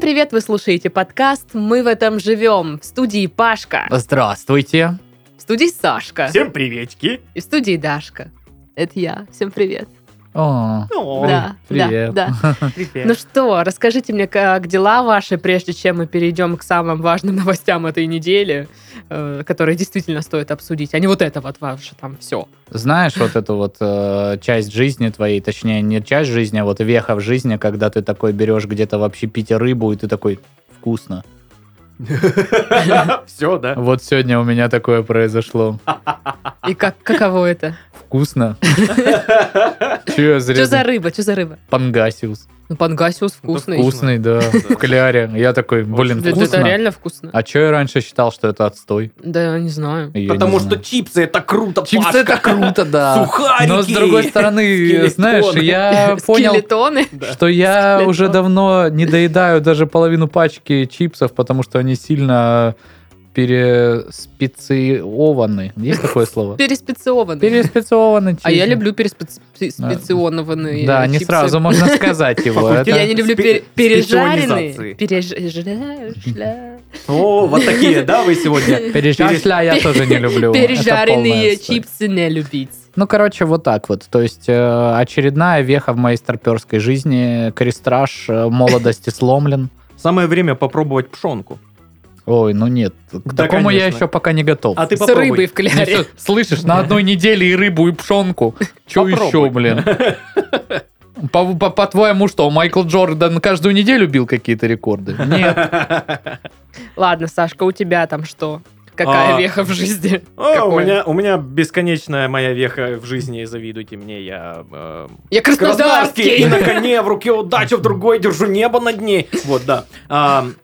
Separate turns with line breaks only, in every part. привет! Вы слушаете подкаст «Мы в этом живем» в студии Пашка,
А. Здравствуйте.
в студии Сашка
Всем приветики.
и в студии Дашка. Это я. Всем привет.
О,
О,
да,
привет.
да, да.
Ну, привет.
Ну что, расскажите мне, как дела ваши, прежде чем мы перейдем к самым важным новостям этой недели, э, которые действительно стоит обсудить, а не вот это вот ваше там все.
знаешь вот эту вот э, часть жизни твоей, точнее не часть жизни, а вот веха в жизни, когда ты такой берешь где-то в общепите рыбу и ты такой вкусно.
Все, да.
Вот сегодня у меня такое произошло.
И как, каково это?
Вкусно. Че
Что
я
за
зря
рыба, что за рыба?
пангасиус?
Ну, пангасиус вкусный.
Вкусный, да. В кляре. Я такой, блин,
Да, да, Это
вкусно.
реально вкусно.
А че я раньше считал, что это отстой?
Да, не знаю.
Я
Потому
не
что
знаю.
чипсы это круто,
Чипсы
Пашка.
это круто, да.
Сухарики.
Но с другой стороны,
Скелетон.
знаешь, я понял,
Скелетоны.
Да.
что я
Скелетон.
уже давно не доедаю даже половину пачки чипсов, потому что они сильно переспециованы. Есть такое слово?
Переспециованные.
Переспециованы чипсы.
А я люблю переспеционованные
Да, не сразу можно сказать его.
Факультет.
Я не
Это-
люблю
Спе-
пере- пережаренные.
специонизации.
Пережаренные.
О, вот такие, да, вы сегодня?
Пережаренные я тоже не люблю. Это полная
Пережаренные
отстой.
чипсы не любить.
Ну, короче, вот так вот. То есть э, очередная веха в моей старперской жизни. Крестраж э, молодости сломлен.
Самое время попробовать пшенку.
Ой, ну нет. К
Да,
такому я
конечно.
еще пока не готов.
А ты
С рыбой
попробуй.
в кляре.
Несёт- слышишь, на одной неделе и рыбу, и пшенку. Че
Попробуй.
еще, блин? По- по- По-твоему, что, Майкл Джордан каждую неделю бил какие-то рекорды? Нет.
Ладно, Сашка, у тебя там что? Какая
А.
веха в жизни?
О, у
Какой?
меня, у меня бесконечная моя веха в жизни, завидуйте мне, я... э,
Я
Краснодарский, и
краснодарский.
на коне, в руке удача, в другой держу небо над ней. Вот, да. А,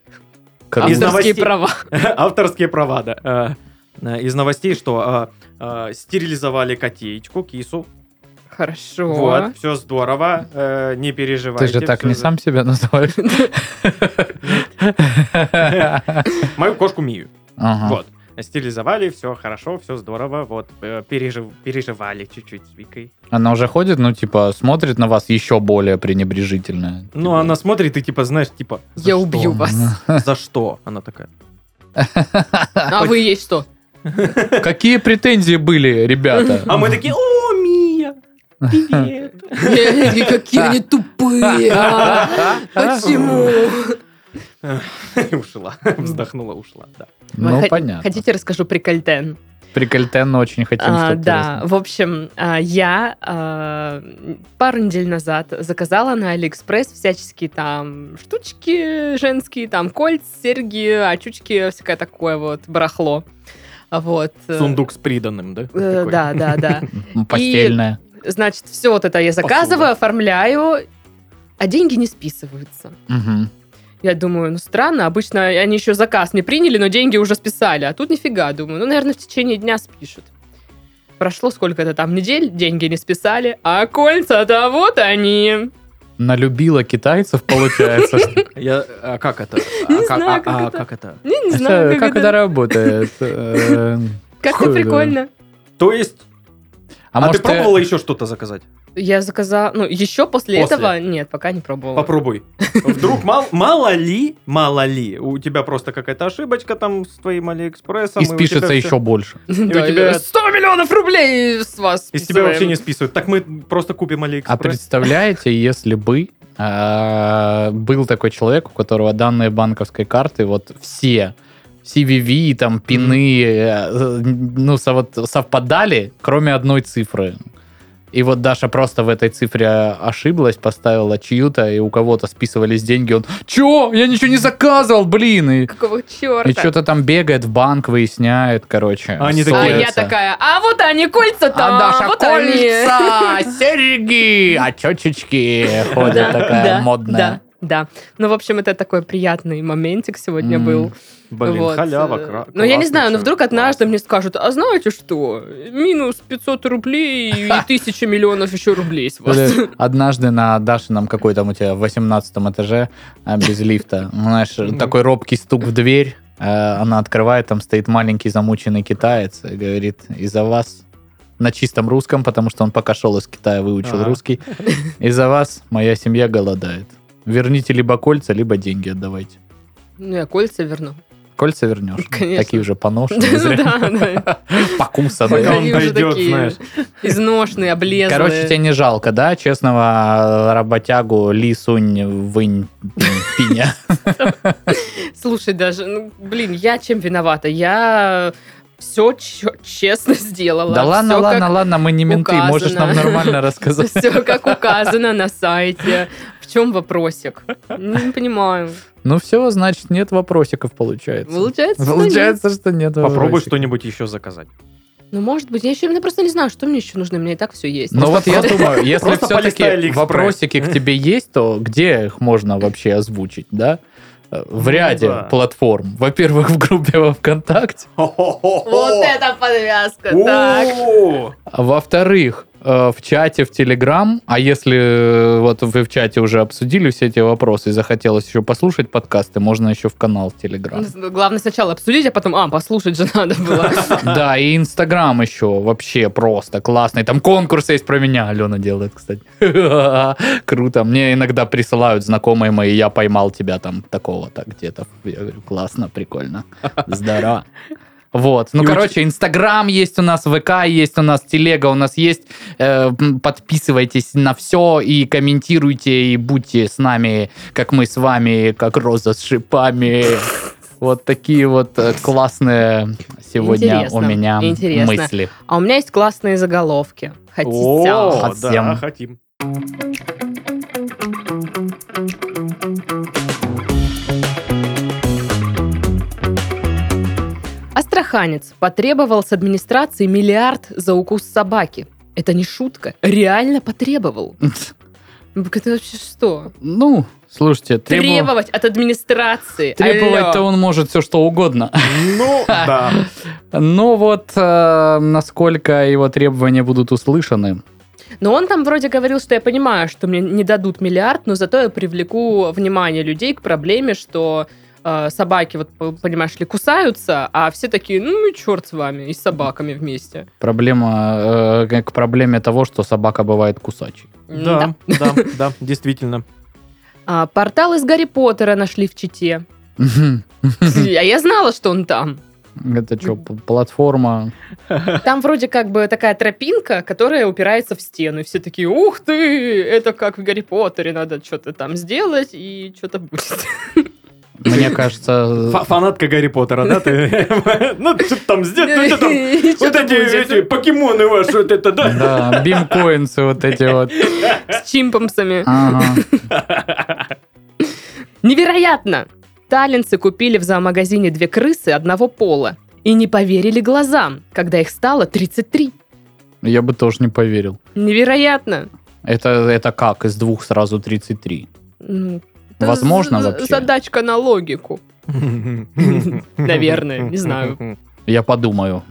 А
Авторские
Из новостей.
права.
Авторские права, да. Э, э, Из новостей, что э, э, стерилизовали котеечку, кису.
Хорошо.
Вот, все здорово. э, Не переживайте.
Ты же так
всё
не
за-
сам себя называешь?
Мою кошку Мию.
Ага.
Вот. Стерилизовали, все хорошо, все здорово. Вот, э, пережив- переживали чуть-чуть с Викой.
Она уже ходит, ну, типа, смотрит на вас еще более пренебрежительно.
Ну, она смотрит и типа, знаешь, типа... «За
Я
что?
убью вас.
За что? Она такая.
А вы есть что?
Какие претензии были, ребята?
А мы такие, о, Мия, привет.
Э, Какие они тупые. а? Почему?
И Ушла, вздохнула, ушла, да.
Вы
Ну,
хо-
понятно.
Хотите, расскажу прикольтен?
Прикольтенно очень хотим,
А,
чтобы ты
да, в общем, а, я а, пару недель назад заказала на Алиэкспресс всяческие там штучки женские, там кольц, серьги, очучки, всякое такое вот барахло. Вот. э,
Сундук с приданным, да?
э,
Такой.
да, да, да.
рассказала. Постельная.
Значит, все вот это я заказываю,
Посуда.
оформляю, а деньги не списываются.
Мгм.
Я думаю, ну странно, обычно они еще заказ не приняли, но деньги уже списали, а тут нифига, думаю, ну, наверное, в течение дня спишут. Прошло сколько-то там недель, деньги не списали, а кольца-то вот они.
Налюбила китайцев, получается. что-
Я, а как это?
Не
А как-
знаю,
а-
как
а
это.
как это?
Ну, не знаю,
Это-
как,
Как это работает? Э,
Как-то
Что это?
прикольно.
То есть,
А
а ты
может, ты-
пробовала еще что-то заказать?
Я заказала, ну, еще после,
После.
этого, нет, пока не пробовала.
Попробуй. Вдруг мал- мало ли, мало ли, у тебя просто какая-то ошибочка там с твоим Алиэкспрессом.
и
у
спишется
тебя всё-
еще больше?
Да,
у тебя-
100 миллионов рублей с вас
Из тебя вообще
списываем.
не списывают. Так мы просто купим
А
Алиэкспресс.
представляете, если бы э, был такой человек, у которого данные банковской карты, вот все CVV, там, пины, э, э, ну, со- вот совпадали, кроме одной цифры. И вот Даша просто в этой цифре ошиблась, поставила чью-то, и у кого-то списывались деньги. Он, чё? Я ничего не заказывал, блин! И,
Какого черта?
и что-то там бегает в банк, выясняет, короче.
А они
а
такие-
я
ссорятся.
такая, а вот они, кольца-то,
А Даша
вот они.
кольца, серьги, очечки ходит такая модная.
Да, да. Ну, в общем, это такой приятный моментик сегодня
М.
был.
Блин,
Вот.
халява.
Э,
кра-
Ну, я не
классно
знаю, но
всё,
вдруг однажды
классно.
мне скажут, а знаете что, минус 500 рублей и 1000 миллионов еще рублей с вас.
Или Однажды на Дашином какой там у тебя 18 этаже а, без лифта, знаешь, такой робкий стук в дверь, э, она открывает, там стоит маленький замученный китаец и говорит, из-за вас на чистом русском, потому что он пока шел из Китая, выучил
Ага.
русский. Из-за вас моя семья голодает. Верните либо кольца, либо деньги отдавайте.
Ну, я кольца верну.
Кольца вернешь.
Конечно.
Такие уже поношенные.
Да,
зря.
да, да.
Покусанные.
Пока
Они
он
уже
дойдет,
такие
знаешь.
Изношенные, облезлые.
Короче, тебе не жалко, да, честного э, работягу Ли Сунь Вынь Пиня?
Слушай, даже, ну, блин, я чем виновата? Я все честно сделала.
Да ладно,
Всё как-
ладно, ладно, мы не менты,
указано.
можешь нам нормально рассказать.
Все как указано на сайте. В чем вопросик? Не понимаю.
Ну все, значит, нет вопросиков получается.
Получается? что нет.
Получается, что нет
Попробуй
вопросиков.
что-нибудь еще заказать.
Ну, может быть, я еще я просто не знаю, что мне еще нужно. У меня и так все есть.
Ну вот я
просто-
думаю, если
просто полистай
все-таки
AliExpress.
вопросики к тебе есть, то где их можно вообще озвучить, да? Э, В
Ну
ряде
да.
платформ. Во-первых, в группе во ВКонтакте.
Вот
Вот
это подвязка. Так.
А Во-вторых, э, в чате в Телеграм. А если э, вот вы в чате уже обсудили все эти вопросы и захотелось еще послушать подкасты, можно еще в канал в Телеграм.
Ну, Главное сначала обсудить, а потом, а, послушать же надо было.
Да, и Инстаграм еще вообще просто классный. Там конкурс есть про меня, Алена делает, кстати. Круто. Мне иногда присылают знакомые мои, я поймал тебя там такого-то где-то. Я говорю, классно, прикольно. Здорово. Вот. Ну,
И у
короче, Инстаграм есть у нас, ВК есть у нас, Телега у нас есть. Э, м, Подписывайтесь на все и комментируйте, и будьте с нами, как мы с вами, как роза с шипами. Вот такие вот э, классные сегодня
Интересно,
у меня
интересно.
мысли.
А у меня есть классные заголовки. Хотите?
О,
Хотим.
да, хотим.
Астраханец потребовал с администрации миллиард за укус собаки. Это не шутка. Реально потребовал. Ну, Это вообще что?
Ну, слушайте, требу-
Требовать от администрации.
требовать-то
Алло.
он может все что угодно.
Ну, да.
Но вот э, насколько его требования будут услышаны.
Но он там вроде говорил, что я понимаю, что мне не дадут миллиард, но зато я привлеку внимание людей к проблеме, что э, собаки, вот п- понимаешь ли, кусаются, а все такие, ну и черт с вами, и с собаками вместе.
Проблема э, к проблеме того, что собака бывает кусачей.
М-да.
Да, да, да, действительно.
А, портал из Гарри Поттера нашли в Чите. А я знала, что он там.
Это что, платформа?
Там вроде как бы такая тропинка, которая упирается в стену. И все такие, ух ты, это как в Гарри Поттере, надо что-то там сделать, и что-то будет.
Мне
Фа-
кажется,
Фанатка Гарри Поттера, да? ты? Ну, что там сделать? Ну, чё там?
И
Вот
что-то
эти, эти
будет
покемоны ваши, вот это, да?
да, бимкоинсы вот эти вот.
С чимпомсами.
Ага.
Невероятно! Таллинцы купили в зоомагазине две крысы одного пола и не поверили глазам, когда их стало 33.
Я бы тоже не поверил.
Невероятно!
Это, это как? Из двух сразу 33.
Ну, это
Возможно
з-
вообще?
Задачка на логику. Наверное, не знаю.
Я подумаю.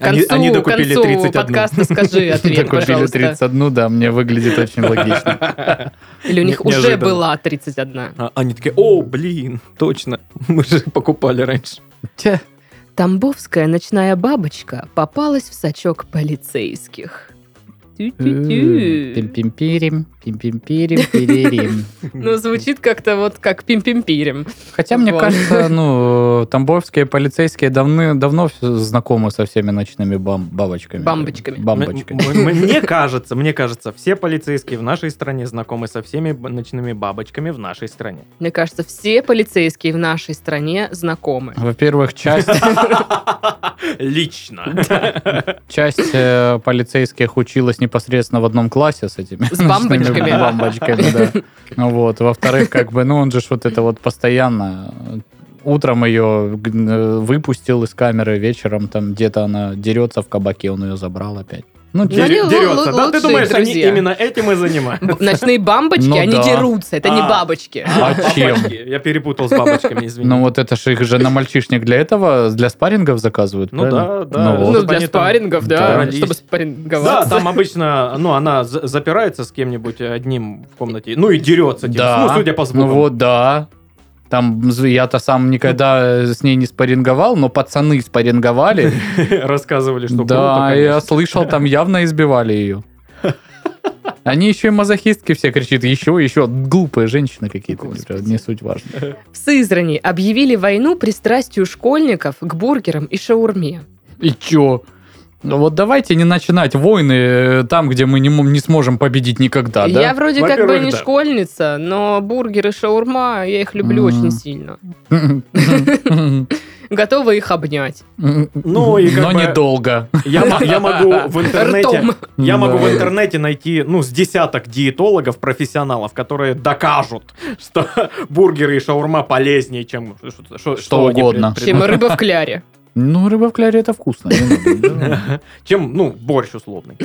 К
Они-
концу,
они докупили
концу
31.
подкаста скажи ответ,
Докупили
пожалуйста.
31, да, мне выглядит очень логично.
Или у них
Не-
уже
неожиданно.
была 31.
А Они такие, о, блин, точно, мы же покупали раньше.
Те.
Тамбовская ночная бабочка попалась в сачок полицейских.
Э,
Тю-тю-тю.
Пим-пим-пирим, пим-пим-пирим, пиририм.
Ну, звучит как-то вот как пим-пим-пирим.
Хотя, мне
Вот.
кажется, ну, тамбовские полицейские давны, давно вс- знакомы со всеми ночными бам- бабочками.
Бамбочками.
Бамбочками.
М- м- Мне кажется, мне кажется, все полицейские в нашей стране знакомы со всеми б- ночными бабочками в нашей стране.
Мне кажется, все полицейские в нашей стране знакомы.
Во-первых, часть,
Лично.
часть э, полицейских училась непосредственно в одном классе с этими
С
ночными
бамбочками.
бамбочками, да. Вот. Во-вторых, как бы, ну, он же ж вот это вот постоянно... э, Утром ее э, выпустил из камеры, вечером там где-то она дерется в кабаке, он ее забрал опять.
Ну,
Ну,
они лу- лу-
да? Ты
лучшие
думаешь, они
друзья.
именно этим и занимаются?
Б- Ночные бамбочки,
Ну
они
да.
дерутся, это не
А.
бабочки.
А чем?
Бабочки. Я перепутал с бабочками, извини.
Ну вот это же их же на мальчишник для этого, для спаррингов заказывают,
Ну
правильно?
да, да.
Ну вот.
Ну,
Чтобы
для
они там
спаррингов, да,
дрались.
чтобы
Да,
спарринговаться.
там обычно, ну, она за- запирается с кем-нибудь одним в комнате, ну и дерется. типа.
Да.
Ну, судя по звукам.
Ну вот, да. Там з- я-то сам никогда э, с ней не спарринговал, но пацаны спарринговали.
Рассказывали,
Да,
что круто,
я
конечно.
слышал, там явно избивали ее. Они еще и мазохистки все кричат, еще, еще. Глупые женщины какие-то,
Господи.
не суть важно.
В Сызрани объявили войну пристрастию школьников к бургерам и шаурме.
И чё? Ну Вот давайте не начинать войны э, там, где мы не, м- не сможем победить никогда, да?
я вроде как бы
Во-первых,
не
да.
школьница, но бургеры и шаурма, я их люблю
М.
очень сильно.
Ну,
Готова их обнять.
Ну
и как
Но
бы-
недолго.
Я, м- я могу в интернете...
Ртом.
Я могу в
Да.
интернете найти, ну, с десяток диетологов, профессионалов, которые докажут, что бургеры и шаурма полезнее, чем ш- ш- ш- что они
угодно.
пред-
Чем рыба в кляре.
Ну, рыба в кляре это вкусно. не надо, да.
пред- Чем, ну, борщ условный.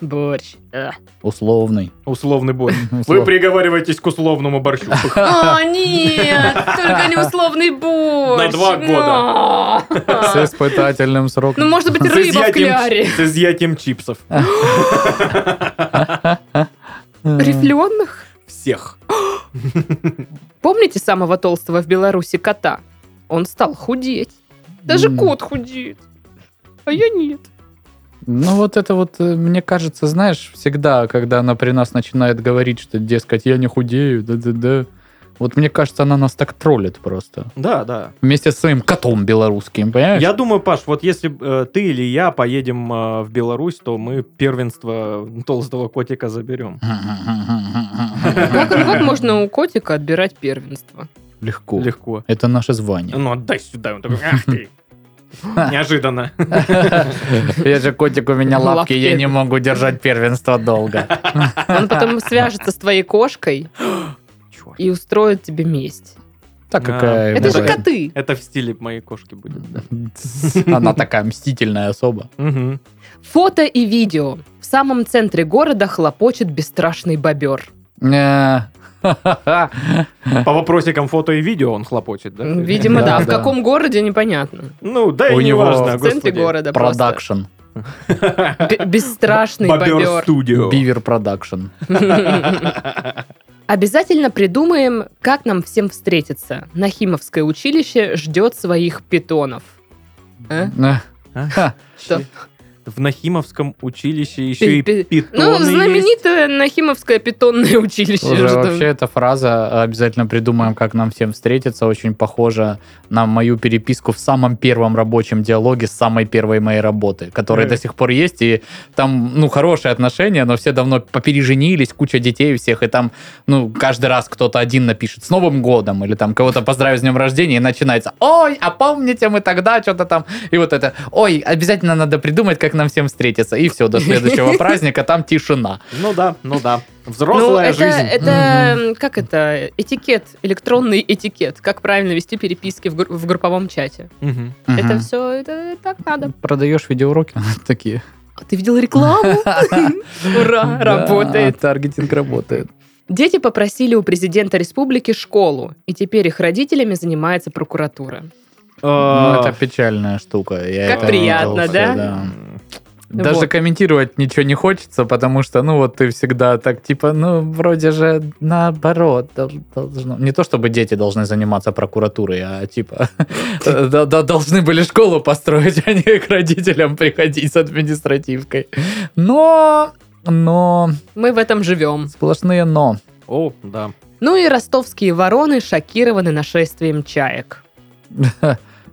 Борщ. Эх.
Условный.
Условный борщ. Вы
Услов-
приговариваетесь к условному борщу.
О, А, нет! Только не условный борщ!
На два
года.
С испытательным сроком.
Ну, может быть,
С
рыба в
изъятием
кляре.
ч- С изъятием чипсов.
Ну, Рифленых?
Всех.
Помните самого толстого в Беларуси кота? Он стал худеть. Даже
М.
кот худеет. А я нет.
Ну, вот это вот, э, мне кажется, знаешь, всегда, когда она при нас начинает говорить, что, дескать, я не худею, да-да-да. Вот мне кажется, она нас так троллит просто.
Да, да.
Вместе с своим котом белорусским, понимаешь?
Я думаю, Паш, вот если б, э, ты или я поедем э, в Беларусь, то мы первенство толстого котика заберем.
Как, ну, как можно у котика отбирать первенство?
Легко.
Легко.
Это наше звание.
Ну, отдай сюда. Он такой, ах ты. Неожиданно.
Я же котик, у меня лапки,
Лапки.
я не могу держать первенство долго.
Он потом свяжется с твоей кошкой
Чувак.
и устроит тебе месть.
Так какая
Это же
бывает.
коты.
Это в стиле моей кошки будет, да.
Она такая мстительная особа.
Мгм.
Фото и видео. В самом центре города хлопочет бесстрашный бобер.
Э,
По вопросикам фото и видео он хлопочет, да?
Видимо, да.
Да,
В
да.
каком городе, непонятно.
Ну, да и
У
не
него
важно,
В центре города просто.
Продакшн.
Б- Бестрашный
Бобер
бобер.
студио.
Бивер продакшн.
Обязательно придумаем, как нам всем встретиться. Нахимовское училище ждет своих питонов. А?
Э,
А?
ха.
Что?
В Нахимовском училище еще и
Пи- пи-
питоны
Ну,
есть.
знаменитое Нахимовское питонное училище.
Уже
ждут.
вообще эта фраза «обязательно придумаем, как нам всем встретиться» очень похожа на мою переписку в самом первом рабочем диалоге с самой первой моей работы, которая
Э.
до сих пор есть, и там, ну, хорошие отношения, но все давно попереженились, куча детей у всех, и там, ну, каждый раз кто-то один напишет «С Новым годом!» или там кого-то поздравить с днем рождения, и начинается «Ой, а помните мы тогда что-то там?» И вот это «Ой, обязательно надо придумать, как нам всем встретиться!» И все, до следующего праздника там тишина.
Ну да, ну да.
Ну,
Взрослая
это,
жизнь.
это, как это, этикет, электронный этикет, как правильно вести переписки в, гру- в групповом чате.
Мгм.
Это
Мгм.
все, это так надо.
Продаешь видеоуроки такие.
А ты видел рекламу? Ура, работает.
Таргетинг работает.
Дети попросили у президента республики школу, и теперь их родителями занимается прокуратура.
Ну, это
Э,
печальная штука. я
А. Как
это
приятно,
видел
да?
всё,
м,
Даже
Вот.
комментировать ничего не хочется, потому что, ну, вот ты всегда так, типа, ну, вроде же наоборот дол- должно. Не то, чтобы дети должны заниматься прокуратурой, а, типа, да- да, должны были школу построить, а не к родителям приходить с административкой. Но, но,
Мы в этом живем.
сплошные но.
О, да.
Ну и ростовские вороны шокированы нашествием чаек.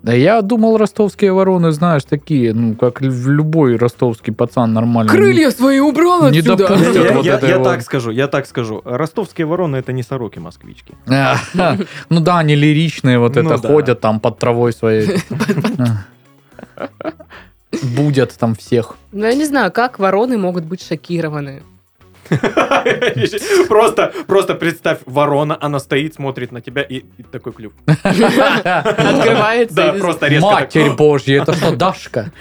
Да я думал, ростовские вороны, знаешь, такие, ну, как ль- любой ростовский пацан нормально.
свои убрал
Не отсюда.
Я,
допустим.
я-
Вот
я-
это
я
вот.
так скажу, я так скажу. Ростовские вороны это не сороки москвички.
Ну да, они лиричные, вот
Ну
это
да.
ходят там под травой своей. Будят там всех.
Ну, я не знаю, как вороны могут быть шокированы.
Просто, просто представь, ворона, она стоит, смотрит на тебя и, и такой клюв.
Открывается.
Да,
и-
просто резко. так.
Матерь божья, это что, Дашка?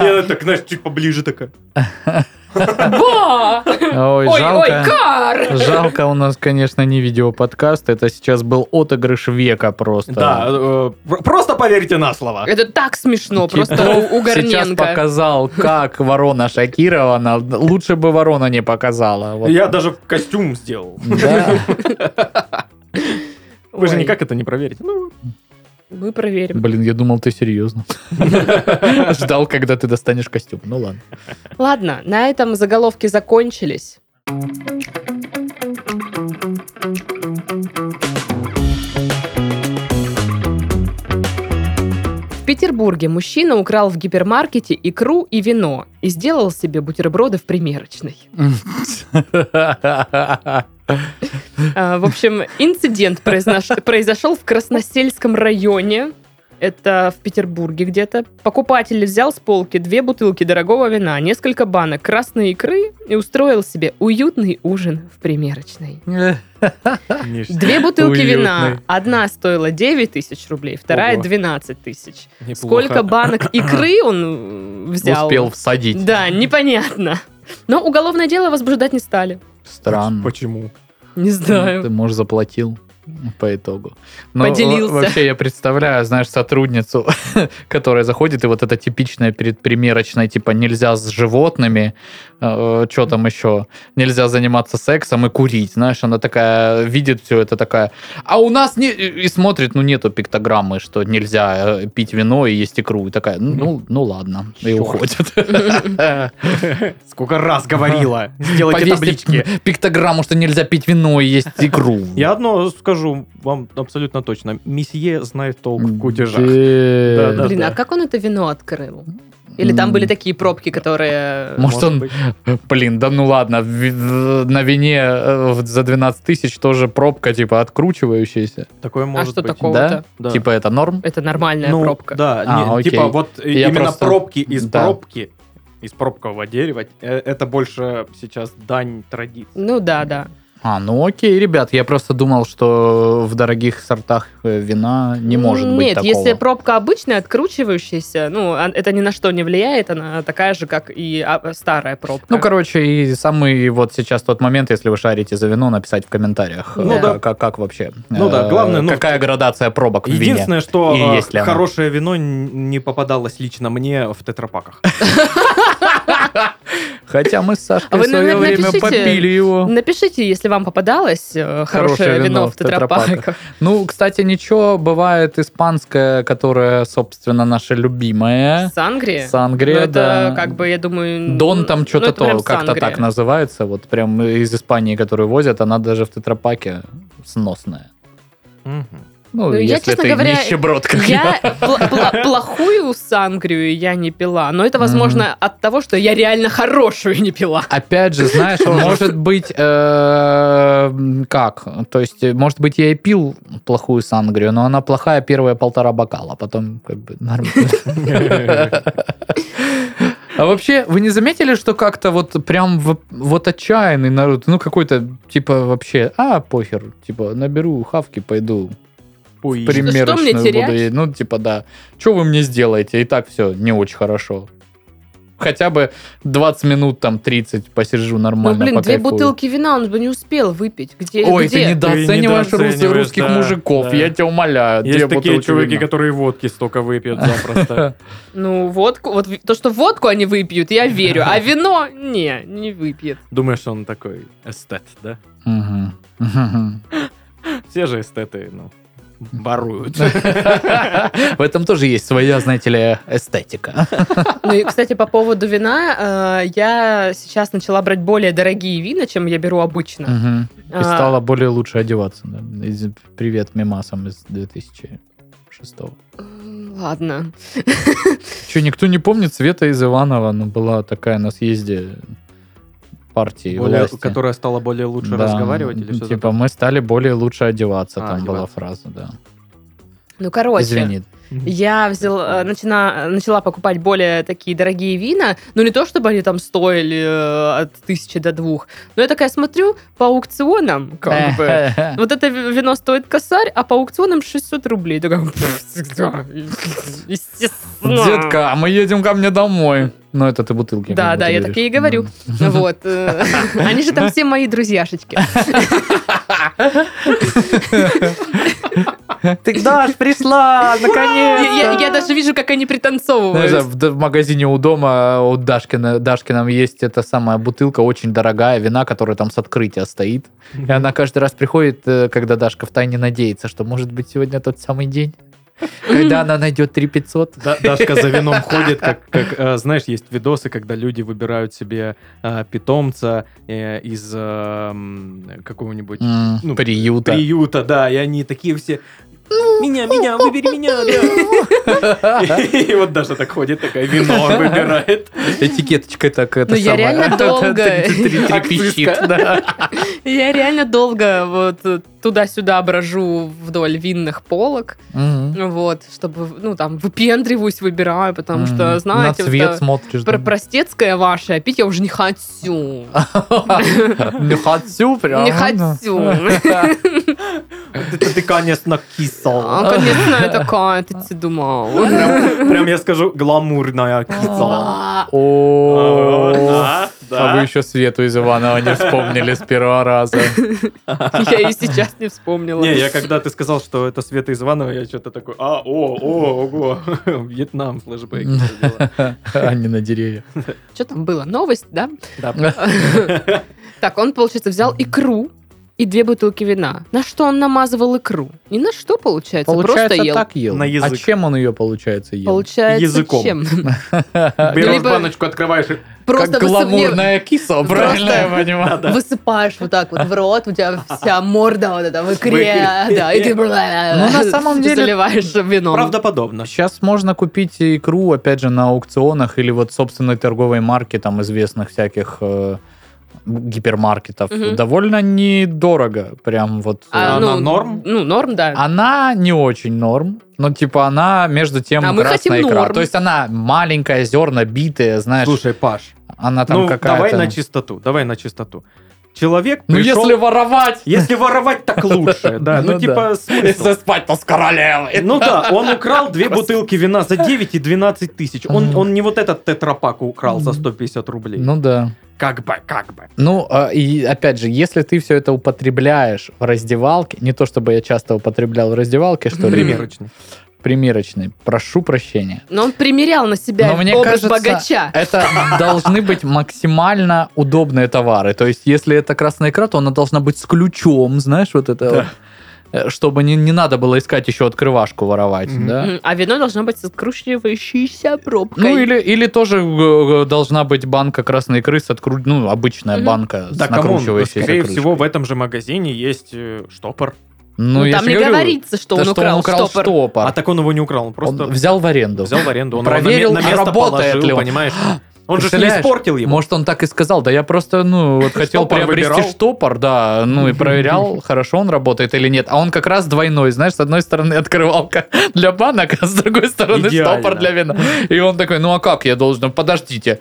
И она так, знаешь, чуть поближе такая.
Ба!
Ой,
Ой, ой,
жалко.
кар!
Жалко у нас, конечно, не видеоподкаст. Это сейчас был отыгрыш века просто.
Да, э, пр- просто поверьте на слово.
Это так смешно, просто
Титов
у у
Сейчас
Горненко.
показал, как ворона шокирована. Лучше бы ворона не показала. Вот.
Я даже костюм сделал.
Да.
Вы же
Ой,
никак это не проверите. Ну,
Мы проверим.
Блин, я думал, ты серьезно. Ждал, когда ты достанешь костюм. Ну ладно.
Ладно, на этом заголовки закончились. В Петербурге мужчина украл в гипермаркете икру и вино и сделал себе бутерброды в примерочной. А, В общем, инцидент произнош- произошел в Красносельском районе. Это в Петербурге где-то. Покупатель взял с полки две бутылки дорогого вина, несколько банок красной икры и устроил себе уютный ужин в примерочной.
Ништяк.
Две бутылки
Уютный.
вина. Одна стоила 9 тысяч рублей, вторая
Ого.
12 тысяч.
Неплохо.
Сколько банок икры он э, взял?
Успел всадить.
Да, непонятно. Но уголовное дело возбуждать не стали.
Странно.
Почему?
Ну,
Не знаю.
Ты, может, заплатил по итогу.
Поделился.
во- Вообще, я представляю, знаешь, сотрудницу, которая заходит, и вот это типичное перед примерочной, типа, нельзя с животными, что там еще, нельзя заниматься сексом и курить, знаешь, она такая, видит все это такая, а у нас не... И смотрит, ну, нету пиктограммы, что нельзя э, пить вино и есть икру, и такая, ну, ну ладно, и
Чёрт.
уходит.
Сколько раз говорила. Сделайте таблички.
Повесьте пиктограмму, что нельзя пить вино и есть икру.
Я одно скажу вам абсолютно точно. Месье знает толк в кутежах.
Да,
Да-да.
Блин, а как он это вино открыл? Или там
М.
были такие пробки, которые...
Может, он-
быть.
Блин, да ну ладно, ви- в- на вине э, в- за 12 тысяч тоже пробка, типа, откручивающаяся.
Такое
А
может
что
быть.
такого-то?
Да.
Типа, это норм?
Это нормальная
Ну,
пробка.
Да,
А,
не-
окей.
типа вот и-
Я
именно
просто-
пробки из
Да.
пробки, из пробкового дерева, э, это больше сейчас дань традиции.
Ну да, да.
А, ну окей, ребят, я просто думал, что в дорогих сортах э, вина не может быть
Нет,
такого.
если пробка обычная, откручивающаяся, ну, а- это ни на что не влияет, она такая же, как и а, старая пробка.
Ну, короче, и самый вот сейчас тот момент, если вы шарите за вино, написать в комментариях, э,
Ну
к-
да.
как, как вообще.
Ну да,
э,
главное, ну,
Какая градация пробок в вине?
Единственное, что
И
э,
есть ли она?
хорошее вино н- не попадалось лично мне в тетрапаках.
Хотя мы с
А
Сашкой
вы,
в свое
наверное,
время
напишите.
попили его.
Напишите, если вам попадалось э, хорошее
ну. Хорошее
вино
вино
в
в тетрапаках.
тетрапаках.
Ну, кстати, ничего, бывает испанское, которое, собственно, наше любимое.
Сангрия? Ну,
Сангрия,
это
да.
как бы, я думаю... ну,
Дон там что-то то,
тоже
как-то так называется, вот прям из Испании, которую возят, она даже в тетрапаке сносная. Ну,
Ну, я,
если
честно
ты
говоря,
нищеброд, как
Я пла- пла- плохую сангрию я не пила, но это, возможно, от того, что я реально хорошую не пила.
Опять же, знаешь, может быть, э, как? То есть, э, может быть, я и пил плохую сангрию, но она плохая первые полтора бокала, а потом как бы нормально. А вообще, вы не заметили, что как-то вот прям в- вот отчаянный народ, ну какой-то типа вообще, а, похер, типа наберу хавки, пойду
Пуи.
примерочную
мне
буду
терять?
ей- Ну, типа, да. Что вы мне сделаете? И так все не очень хорошо. Хотя бы 20 минут, там, 30 посижу
Ну,
нормально,
блин, две
покайфую.
бутылки вина он бы не успел выпить. Где?
Ой,
где?
ты недооцениваешь,
Ты недооцениваешь,
русских- русских
да,
мужиков,
да.
я тебя умоляю. две
Есть такие
бутылки
чуваки,
вина.
которые водки столько выпьют запросто.
Ну, водку, вот в- то, что водку они выпьют, я верю, а вино не, не выпьет.
Думаешь, он такой эстет, да?
Мгм. Мгм.
Все же эстеты, ну, баруют.
Ну, В этом тоже есть своя, знаете ли, эстетика.
Ну и, кстати, по поводу вина, э, я сейчас начала брать более дорогие вина, чем я беру обычно.
Мгм.
А.
И стала более лучше одеваться. да. Из- Привет мимасам из 2006
М, Ладно.
Че, никто не помнит Света из Иванова? Ну, была такая на съезде партии
Более-
власти.
Которая стала более лучше
Да,
разговаривать или что-то
Типа, мы стали более лучше одеваться,
А,
там была
одеваться.
фраза, да.
Ну, короче.
Извини.
Я взяла, э, начина, начала покупать более такие дорогие вина, но не то, чтобы они там стоили э, от тысячи до двух, но я такая смотрю по аукционам,
Э,
как бы. Вот это ви- вино стоит косарь, а по аукционам 600 рублей. Такая, «Пф, да, естественно.
Детка, а мы едем ко мне домой. Ну, это ты бутылки.
Да,
как бы,
да,
ты
я
говоришь.
так и говорю. Вот. э, Они же там все мои друзьяшечки.
Ты дашь, пришла,
Я-
наконец.
Я я даже вижу, как они
Знаешь,
пританцовывают.
в д- в магазине у дома а, у Дашкина, Дашкином есть эта самая бутылка, очень дорогая вина, которая там с открытия стоит. И она каждый раз приходит, э, когда Дашка в тайне надеется, что может быть сегодня тот самый день. Когда она найдет 3500,
Да- Дашка за вином ходит, как, как, э, знаешь, есть видосы, когда люди выбирают себе э, питомца э, из э, м, какого-нибудь Ну,
м, приюта.
приюта, да, и они такие все. «Ну, Меня, меня, выбери меня, да. И вот Даша так ходит, такая вино выбирает.
Этикеточкой так это
Ну, я
самое,
реально долго.
трепещет, да.
Я реально долго вот э, туда-сюда брожу вдоль винных полок,
Мгм.
вот, чтобы, ну, там, выпендриваюсь, выбираю, потому
Мгм.
что, знаете,
На
вот
цвет
это
смотришь.
про-
да.
простецкое ваше, а пить я уже не хочу.
Не хочу прям.
Не хочу.
Это ты, конечно, кисал.
А, конечно, это такая, ты ты думал.
Прям, прям, я скажу, гламурная кисала.
Да.
О,
Да,
А вы
да.
еще Свету из Иванова не вспомнили с первого раза.
Я и сейчас не вспомнила.
Не, я когда ты сказал, что это Света из Иванова, я что-то такой, а, о, о, ого, Вьетнам, флешбэк. всё дела.
Они А на деревьях.
Что там было? Новость, да?
Да.
Так, он, получается, взял икру и две бутылки вина. На что он намазывал икру? Ни на что, получается, просто
Получается,
ел.
так ел.
На
А
язык.
чем он ее, получается, ел?
Получается,
Языком.
чем?
Берешь
Либо-
баночку, открываешь и...
Просто
Как
высып-
гламурная киса, правильно я понимаю?
высыпаешь вот так вот в рот, у тебя вся морда вот эта в икре,
В икре.
да, и ты
Ну, на самом деле-
заливаешь вином.
Правдоподобно.
Сейчас можно купить икру, опять же, на аукционах или вот собственной торговой марки, там, известных всяких э, гипермаркетов.
Мгм.
Довольно недорого, прям вот.
А,
э,
она норм? А
Ну, норм, да.
Она не очень норм, но типа она между тем
А мы
красная
хотим
икра.
норм.
То есть она маленькая, зерна, битая, знаешь,
Слушай, Паш,
она а там
ну
какая-то...
давай на чистоту, давай на чистоту. Человек
Ну
пришел-
если воровать,
Если воровать, так лучше, да.
Ну
Ну, типа, смысл.
если спать, то с королевой.
Ну да, он украл две бутылки вина за 9 и 12 тысяч. Он,
Мгм.
он не вот этот тетрапак украл за 150 рублей.
Ну да.
как бы, как бы.
Ну, а, и опять же, если ты все это употребляешь в раздевалке, не то чтобы я часто употреблял в раздевалке, что ли,
Примерочный.
примерочный, прошу прощения.
Но он примерял на себя
Но мне
образ
кажется,
богача.
Это должны быть максимально удобные товары. То есть, если это красная икра, то она должна быть с ключом, знаешь, вот это вот. Э, Чтобы не, не надо было искать еще открывашку воровать,
Мгм.
да?
М, А вино должно быть с откручивающейся пробкой.
Ну, или, или тоже э, э, должна быть банка красной икры с откру... ну, обычная
Мгм.
банка
Да,
с
камон, ну,
накручивающейся
скорее
крышкой.
всего, в этом же магазине есть э, штопор.
Ну,
я
там
же
не
говорю,
говорится, что
да
он украл штопор.
штопор.
А так он его не украл, он просто
Он взял в аренду.
взял в аренду. Он
Проверил,
его на, ме- на место
работает
положил,
ли он.
понимаешь? Он же ж не
Представляешь?
испортил его.
Может, он так и сказал, да я просто, ну, вот хотел
Штопор
приобрести
выбирал.
штопор, да, ну, и проверял, хорошо он работает или нет. А он как раз двойной, знаешь, с одной стороны открывалка для банок, а с другой стороны
Идеально.
штопор для вина. И он такой, ну, а как я должен, подождите,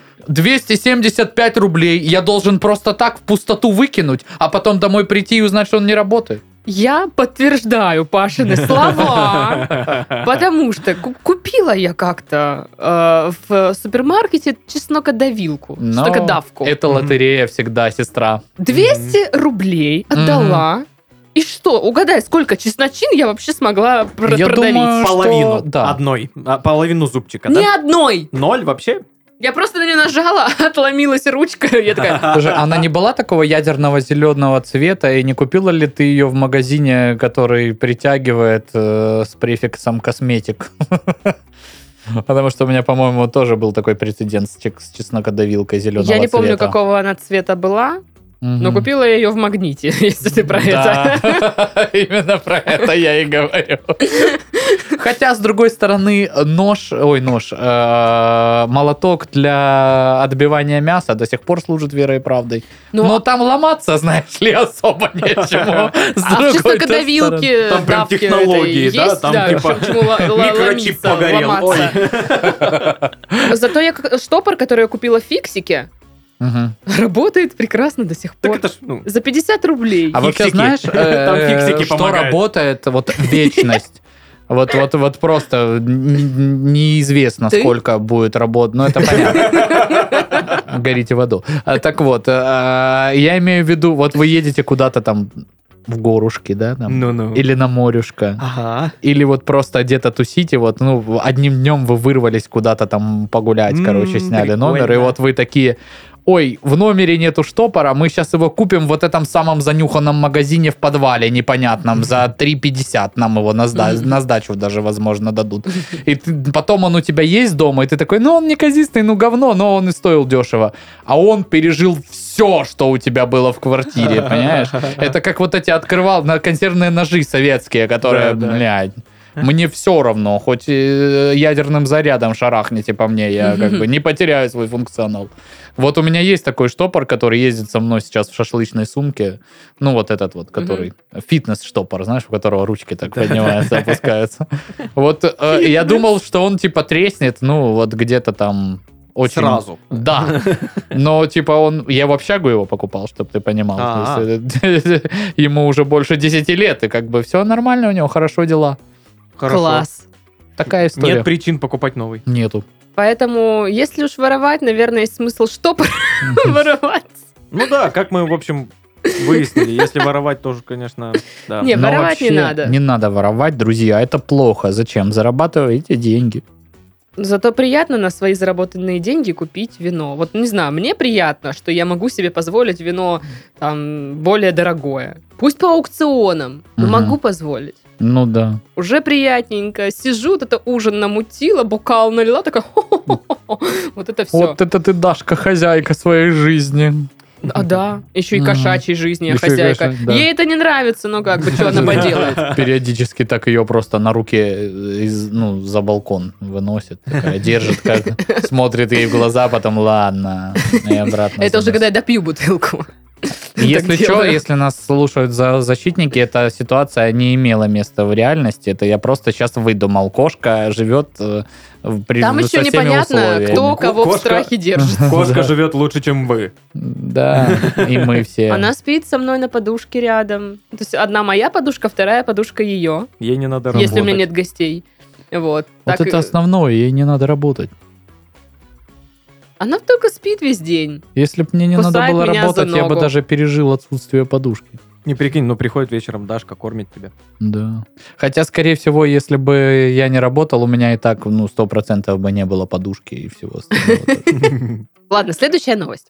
275 рублей я должен просто так в пустоту выкинуть, а потом домой прийти и узнать, что он не работает.
Я подтверждаю Пашины слова, потому что ку- купила я как-то э, в супермаркете чеснокодавилку,
Но
чеснокодавку.
Это лотерея всегда, сестра.
200 рублей отдала. И что, угадай, сколько чесночин я вообще смогла пр-
Я
продавить?
думаю,
Половину.
что- да.
Одной. А, Половину зубчика,
Ни
да?
одной!
Ноль вообще?
Я просто на нее нажала, отломилась ручка. Я такая,
Слушай, а она не была такого ядерного зеленого цвета, и не купила ли ты ее в магазине, который притягивает э, с префиксом косметик? Потому что у меня, по-моему, тоже был такой прецедент с чек- с чеснокодавилкой зеленого цвета.
я не помню, какого она цвета была,
Мгм.
но купила я ее в магните, если ты про это.
Да, именно про это я и говорю. Хотя, с другой стороны, нож, ой, нож, э, молоток для отбивания мяса до сих пор служит верой и правдой.
Ну,
Но там ломаться, знаешь ли, особо нечему. С
а в
другой-то стороны.
чеснокодавилке
Там прям
давки это
технологии,
и
да,
есть,
там типа
к чему л- л-
Микрочип
ломиться,
погорел.
ломаться. Зато я как- штопор, который я купила в фиксике,
Мгм.
работает прекрасно до сих
Так
пор.
это ж, ну,
За 50 рублей.
А вообще
Фиксики.
знаешь, э,
Там фиксики
что
помогают.
работает вот вечность? Вот, вот, вот просто н- неизвестно,
Ты?
сколько будет работать. Ну, это понятно. Горите в аду. А, Так вот, э, я имею в виду, вот вы едете куда-то там в горушке, да, там,
ну-ну.
или на морюшко,
ну, Ага.
или вот просто где-то тусите, вот, ну, одним днем вы вырвались куда-то там погулять,
М,
короче, сняли
прикольно.
номер, и вот вы такие, ой, в номере нету штопора, мы сейчас его купим в вот этом самом занюханном магазине в подвале непонятном за 3,50 нам его на, сда- на сдачу даже, возможно, дадут. И ты- потом он у тебя есть дома, и ты такой, ну он неказистый, ну говно, но он и стоил дешево. А он пережил все, что у тебя было в квартире, понимаешь? Это как вот эти открывал на консервные ножи советские, которые,
Да, да.
блядь, мне все равно, хоть э, ядерным зарядом шарахните по мне, я как бы не потеряю свой функционал. Вот у меня есть такой штопор, который ездит со мной сейчас в шашлычной сумке. Ну, вот этот вот, который фитнес-штопор, знаешь, у которого ручки так поднимаются, опускаются. Вот э, я думал, что он типа треснет, ну, вот где-то там очень...
Сразу.
Да. Но, типа, он... Я в общагу его покупал, чтобы ты понимал.
А-а.
То есть, э, Ему уже больше 10 лет, и как бы все нормально у него, хорошо дела.
Хорошо.
Класс.
Такая история.
Нет причин покупать новый.
Нету.
Поэтому, если уж воровать, наверное, есть смысл штопор воровать.
Ну да, как мы, в общем, выяснили, если воровать тоже, конечно, да.
Не,
Но
воровать не
вообще
надо.
Не надо воровать, друзья, это плохо. Зачем? Зарабатываете деньги.
Зато приятно на свои заработанные деньги купить вино. Вот, не знаю, мне приятно, что я могу себе позволить вино там более дорогое. Пусть по аукционам, но
Мгм.
могу позволить.
Ну да.
Уже приятненько. Сижу, вот это ужин намутила, бокал налила, такая «Хо-хо-хо-хо». Вот это все.
Вот это ты, Дашка, хозяйка своей жизни.
А да, еще и
Мгм.
кошачьей жизни я
Ещё и
хозяйка.
кошачьей, да.
Ей это не нравится, но как бы, что она поделает.
Периодически так ее просто на руке из- ну, за балкон выносит. Такая, держит, как, смотрит ей в глаза, потом ладно. и обратно
Это уже
заносит.
когда я допью бутылку.
Если
Так
что,
делаю.
если нас слушают за защитники, эта ситуация не имела места в реальности. Это я просто сейчас выдумал. Кошка живет э, в- при-
Там
со
еще
всеми
непонятно,
условиями.
кто кого в
Кошка-
страхе держит.
Кошка
Да.
живет лучше, чем вы.
Да, и мы все.
Она спит со мной на подушке рядом. То есть одна моя подушка, вторая подушка ее,
Ей не надо работать.
если у меня нет гостей. Вот.
Вот
Так э,
это
и-
основное, ей не надо работать.
Она только спит весь день.
Если бы мне не надо
Кусает
было
меня за
работать, я бы
ногу.
даже пережил отсутствие подушки.
Не прикинь, ну приходит вечером Дашка, кормит тебя.
Да. Хотя, скорее всего, если бы я не работал, у меня и так, ну, сто процентов бы не было подушки и всего остального.
Ладно, следующая новость.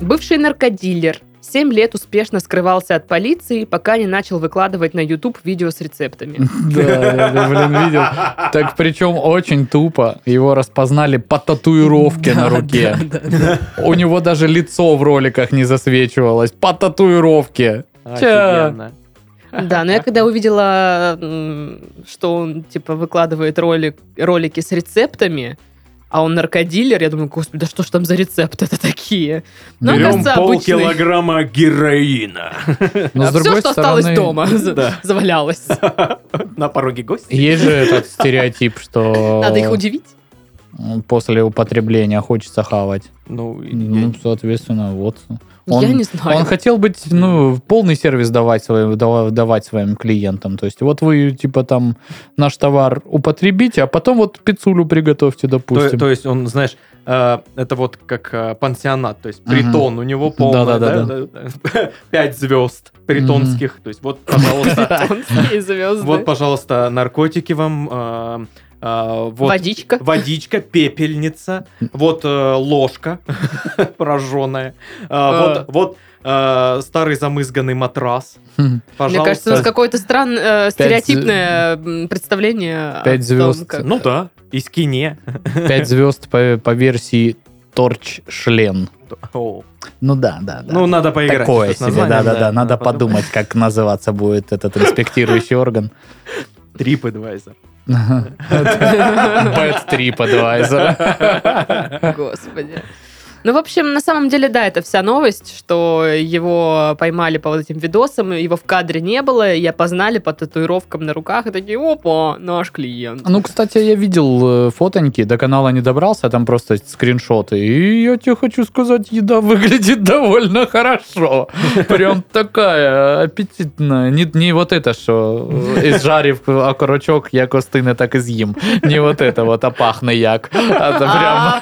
Бывший наркодилер 7 лет успешно скрывался от полиции, пока не начал выкладывать на YouTube видео с рецептами.
Да, я, блин, видел. Так причем очень тупо. Его распознали по татуировке на руке. У него даже лицо в роликах не засвечивалось. По татуировке. Чё?
Офигенно.
Да, но я когда увидела, м, что он, типа, выкладывает ролик, ролики с рецептами, а он наркодилер, я думаю, господи, да что ж там за рецепты-то такие? Ну,
Берем
оказывается, обычный.
полкилограмма героина.
Но
а
Ну, с
все,
другой
что осталось
стороны,
дома,
Да.
завалялось.
На пороге гостя.
Есть же этот стереотип, что
Надо их удивить.
после употребления хочется хавать.
Ну, и-
Ну, соответственно, вот.
Я
Он-
не
Он
знаю.
хотел быть, ну, полный сервис давать своим, дава- давать своим клиентам. То есть, вот вы, типа, там, наш товар употребите, а потом вот пиццулю приготовьте,
то,
допустим.
то есть он, знаешь, э, это вот как э, пансионат, то есть
Мгм.
притон у него полный,
Да-да-да-да.
да, пять звезд притонских, то есть вот, пожалуйста,
Тонкие звезды.
вот, пожалуйста, наркотики вам, э, э, вот
Водичка.
Водичка, пепельница, вот э, ложка пораженная, э,
А.
вот, вот э, старый замызганный матрас.
Хм.
Пожалуйста.
Мне кажется, у нас какое-то странное, э, стереотипное м, представление
Пять
о том,
звезд.
как-
Ну да, из кине.
5 звезд по, по версии Торч Шлен.
О.
Ну да, да, да.
Ну, надо поиграть.
Такое
что с
себе,
названием,
да-да-да. Надо подумать, как называться будет этот инспектирующий орган.
Трип адвайзер.
Bad Trip Advisor.
Господи. Ну, в общем, на самом деле, да, это вся новость, что его поймали по вот этим видосам, его в кадре не было, и опознали по татуировкам на руках, и такие, опа, наш клиент.
Ну, кстати, я видел э, фотоньки, до канала не добрался, а там просто скриншоты. И я тебе хочу сказать, еда выглядит довольно хорошо. Прям такая аппетитная. Не, не вот это, что э, изжарив окорочок, я костыны так и з'їм. Не вот это вот, а пахне як. А то прям...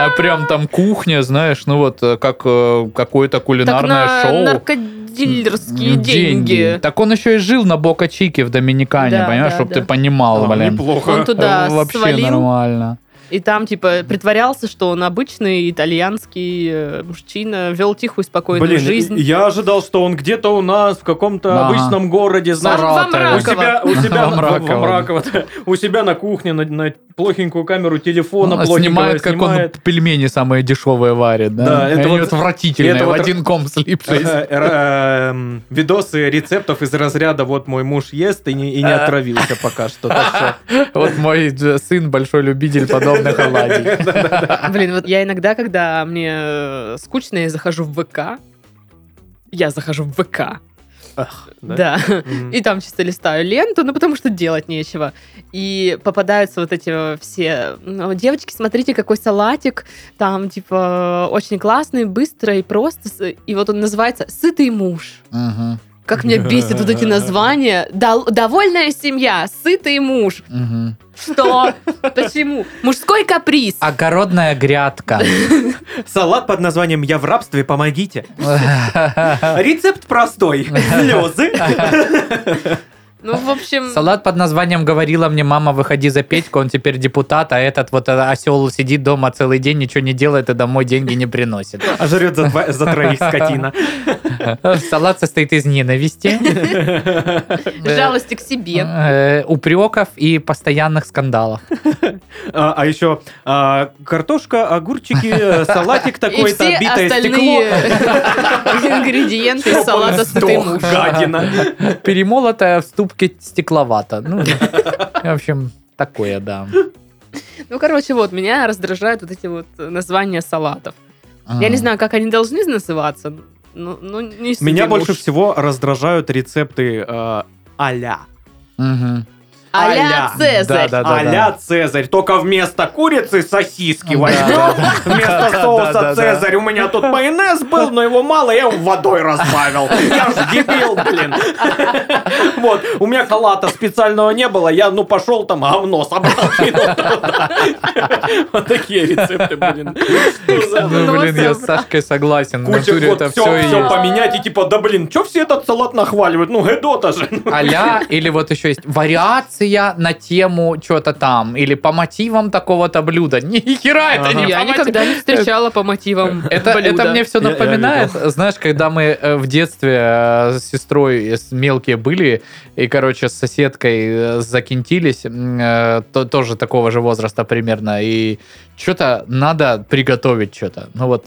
А прям там кухня, знаешь, ну вот э, как э, какое-то
Так
кулинарное
на
шоу.
наркодилеров дилерские деньги.
Так он еще и жил на Бока Чике в Доминикане,
Да,
понимаешь,
да,
чтобы
да.
ты понимал,
А,
блин.
Неплохо.
Он туда
Э, Вообще
свалил,
нормально.
и там, типа, притворялся, что он обычный итальянский э, мужчина, вел тихую, спокойную
Блин,
жизнь.
я ожидал, что он где-то у нас в каком-то
Ага.
обычном городе, знаешь,
Во- во
у
Мраково.
себя, у себя,
Во
на-
Мраково.
во Мраково, да. у себя на кухне на, на плохенькую камеру телефона
Он Ну,
плохенького
а снимает, как
снимает.
он пельмени самые дешевые варит, да?
Да, это
Они
вот-
отвратительные,
это
в
вот-
один ком слипшиеся.
Э, э, эм, Видосы рецептов из разряда «Вот мой муж ест и не, и
Э.
не отравился пока что». Так что
Вот мой э, сын большой любитель подобных оладий.
Блин, вот я иногда, когда мне э, скучно, я захожу в ВК. Я захожу в ВК.
Ах, да.
Да.
Мгм.
И там чисто листаю ленту, ну потому что делать нечего. И попадаются вот эти э, все... «Ну, Девочки, смотрите, какой салатик. Там, типа, очень классный, быстро и просто. С- И вот он называется «Сытый муж».
Мгм,
Как меня бесит вот эти названия. Дол- Довольная семья, сытый муж.
мгм.
Что? Почему? Мужской каприз.
А
Огородная грядка.
Салат под названием «Я в рабстве, помогите». Рецепт простой. Слезы.
Ну, в общем...
Салат под названием «Говорила мне мама, выходи за Петьку, он теперь депутат, а этот вот осел сидит дома целый день, ничего не делает и домой деньги не приносит».
А жрет за, два- за троих скотина.
Салат состоит из ненависти,
Жалости к себе.
э, упреков и постоянных скандалов.
А, а еще а, картошка, огурчики, э, салатик
И
такой-то,
все
битое
остальные
стекло.
ингредиенты из
Чтоб он
салата сытый
сдох,
муж.
гадина.
Перемолотая в ступке стекловато. Ну, в общем, такое, да.
Ну, короче, вот, меня раздражают вот эти вот э, названия салатов. Я не знаю, как они должны называться, но, но не сытый
Меня
муж.
больше всего раздражают рецепты э, а-ля.
Мгм.
а-ля
а-ля.
Цезарь.
Да-да.
а-ля Цезарь. Только вместо курицы сосиски
Да,
возьмем.
да,
Вместо соуса
Да-да-да.
Цезарь. У меня тут майонез был, но его мало, я его водой разбавил. Я же дебил, блин. Вот, у меня халата специального не было, я, ну, пошел там говно собрал. кинул туда. Вот такие рецепты, блин. Что за-
Ну, блин, я с
Носом.
Сашкой согласен. В
Куча
натуре
вот
это
все,
все и
все
есть.
поменять и типа, да блин, что все этот салат нахваливают? Ну, Эдота же. ну,
а или вот еще есть вариация на тему что-то там, или по мотивам такого-то блюда. Ни хера это
Ага.
не
Я
по мотивам.
никогда не встречала по мотивам
Это,
блюда.
это мне все
Я- я
напоминает, знаешь, когда мы э, в детстве э, с сестрой с- мелкие были, и, короче, с соседкой э, закинтились, м, э, то, тоже такого же возраста примерно, и что-то надо приготовить что-то. Ну вот,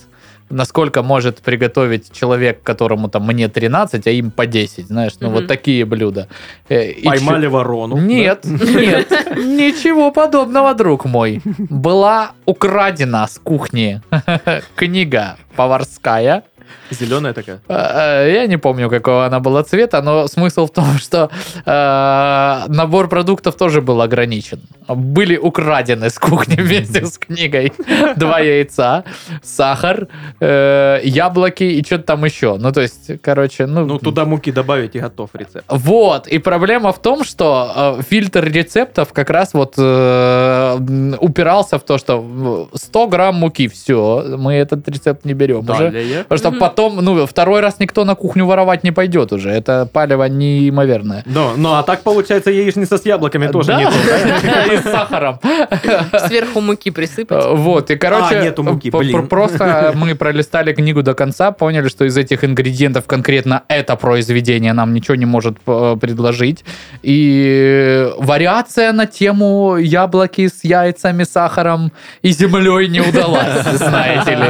насколько может приготовить человек, которому там мне 13, а им по 10, знаешь, ну
Мгм.
вот такие блюда. Э, и чё-
Поймали ворону.
нет, нет, ничего подобного, друг мой. Была украдена с кухни книга поварская.
Зеленая такая.
Э, э, Я не помню, какого она была цвета, но смысл в том, что э, набор продуктов тоже был ограничен. Были украдены с кухни вместе с книгой два яйца, сахар, э, яблоки и что-то там еще. Ну, то есть, короче, ну...
Ну, туда муки добавить и готов рецепт.
Вот, и проблема в том, что э, фильтр рецептов как раз вот э, м, упирался в то, что э, 100 грамм муки, все, мы этот рецепт не берем уже.
Далее.
Потому что
Мгм.
потом, ну, второй раз никто на кухню воровать не пойдет уже. Это палево неимоверное.
Да, ну а так получается яичница с яблоками тоже
Да.
нету.
И с сахаром.
Сверху муки присыпать.
Э, Вот, и, короче,
А, нету муки,
п-
блин.
пр- просто мы пролистали книгу до конца, поняли, что из этих ингредиентов конкретно это произведение нам ничего не может э, предложить. И вариация на тему яблоки с яйцами, сахаром и землей не удалась, знаете ли.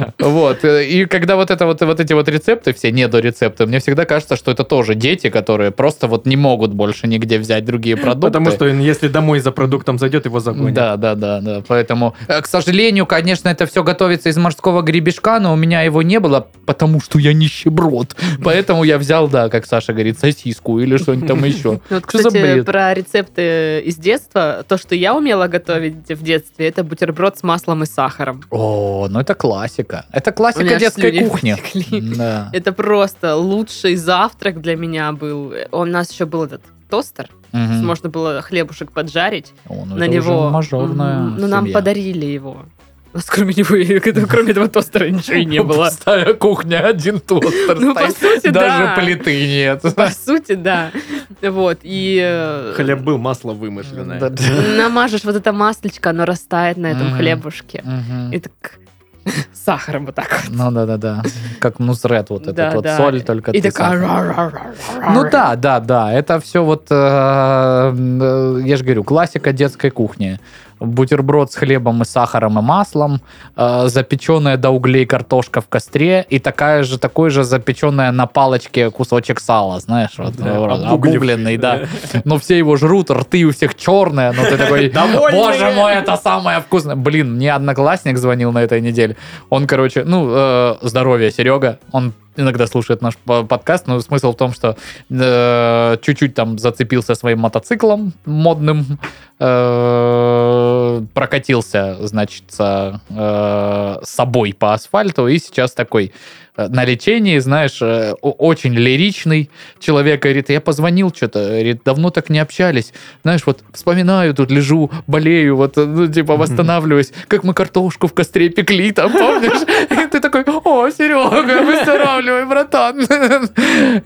Вот, э, и когда вот это вот, вот эти вот рецепты, все недорецепты, мне всегда кажется, что это тоже дети, которые просто вот не могут больше нигде взять другие продукты.
Потому что если домой за продуктом зайдет, его загонят.
Да, да, да, да. Поэтому, э, к сожалению, конечно, это все готовится из морского гребешка, но у меня его не было, потому что я нищеброд. Поэтому я взял, да, как Саша говорит, сосиску или что-нибудь там еще.
Ну, вот,
Что за
кстати,
бред?
про рецепты из детства. То, что я умела готовить в детстве, это бутерброд с маслом и сахаром.
О, ну это классика. Это
У
классика
меня аж
детской
слюни
кухни.
потекли.
Да.
Это просто лучший завтрак для меня был. У нас еще был этот тостер.
Мгм.
Можно было хлебушек поджарить
О, ну
на
это уже
него.
мажорная
М, Но нам
семья.
подарили его. Ну, У нас кроме него, и- кроме этого тостера ничего и не было.
Пустая кухня, один тостер
Ну, по
Ну, стоит.
сути, да.
Даже плиты нет.
По сути, да. Вот, и... э,
Хлебы масло
Да,
вымышленное.
да.
Намажешь вот это маслечко, оно растает на этом
Мгм.
хлебушке.
Мгм.
И так с сахаром вот так вот.
Ну да, да, да. Как мусрет вот
Да,
этот вот
да.
соль, только
И
ты
такая...
сахар.
«Ра-ра-ра-ра-ра-ра».
Ну да, да, да. Это все вот, э, э, я же говорю, классика детской кухни. Бутерброд с хлебом и сахаром и маслом, э, запеченная до углей картошка в костре и такая же, такой же запеченная на палочке кусочек сала, знаешь, вот,
Да,
вроде
обугливший,
обугленный, да. Но все его жрут, рты у всех черные, но ты такой,
Довольные!
боже мой, это самое вкусное. Блин, мне одноклассник звонил на этой неделе. Он, короче, ну, э, здоровье, Серега. Он иногда слушает наш по- подкаст, но смысл в том, что э, чуть-чуть там зацепился своим мотоциклом модным, э, прокатился, значит, со, э, с собой по асфальту, и сейчас такой э, на лечении, знаешь, э, о- очень лиричный человек, говорит, я позвонил что-то, говорит, давно так не общались, знаешь, вот вспоминаю, тут лежу, болею, вот, э, ну, типа, восстанавливаюсь, как мы картошку в костре пекли, там, помнишь? И ты такой, о, Серега, выздоравливай, братан.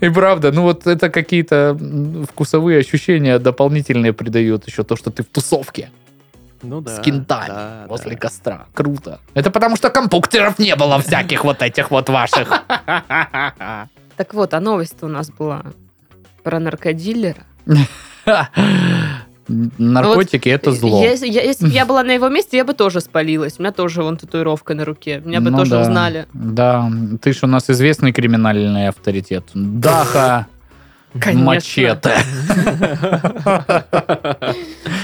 И правда, ну вот это какие-то м, вкусовые ощущения дополнительные придают еще то, что ты в тусовке
Ну да,
с кентами
да,
возле
да.
костра. Круто. Это потому, что компуктеров не было всяких вот этих вот ваших.
Так вот, а новость у нас была про наркодилера. Ну
Наркотики это зло.
Я- я- Если бы я была на его месте, я бы тоже спалилась. У меня тоже вон татуировка на руке. Меня бы
Ну
тоже
да.
узнали.
Да, ты ж у нас известный криминальный авторитет. Даха,
Конечно.
мачете.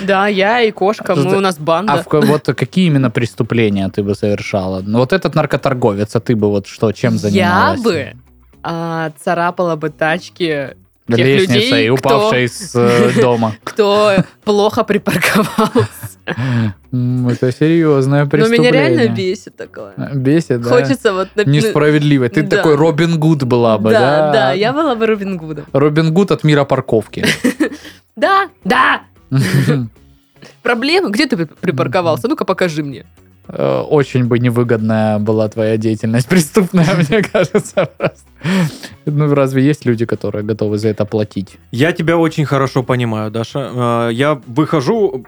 Да, я и кошка, мы
Подожди,
у нас
А в
банда.
ко- вот какие именно преступления ты бы совершала? Ну, Вот этот наркоторговец, а ты бы вот что, чем
Я
занималась?
бы а, царапала бы тачки, тех людей,
Лестницей,
кто-
упавшей с э, дома.
кто плохо припарковался.
М, Это серьезное
Но
преступление.
Ну, меня реально бесит такое.
Бесит, да?
Хочется вот... на-
Несправедливо. Ты
Да.
такой Робин Гуд была бы, да?
Да, да, я была бы Робин Гудом.
Робин Гуд от мира парковки.
Да, да! Проблемы? Где ты при- припарковался? Ну-ка покажи мне.
Э, Очень бы невыгодная была твоя деятельность преступная, мне кажется. просто. Ну, разве есть люди, которые готовы за это платить?
Я тебя очень хорошо понимаю, Даша. Э, Я выхожу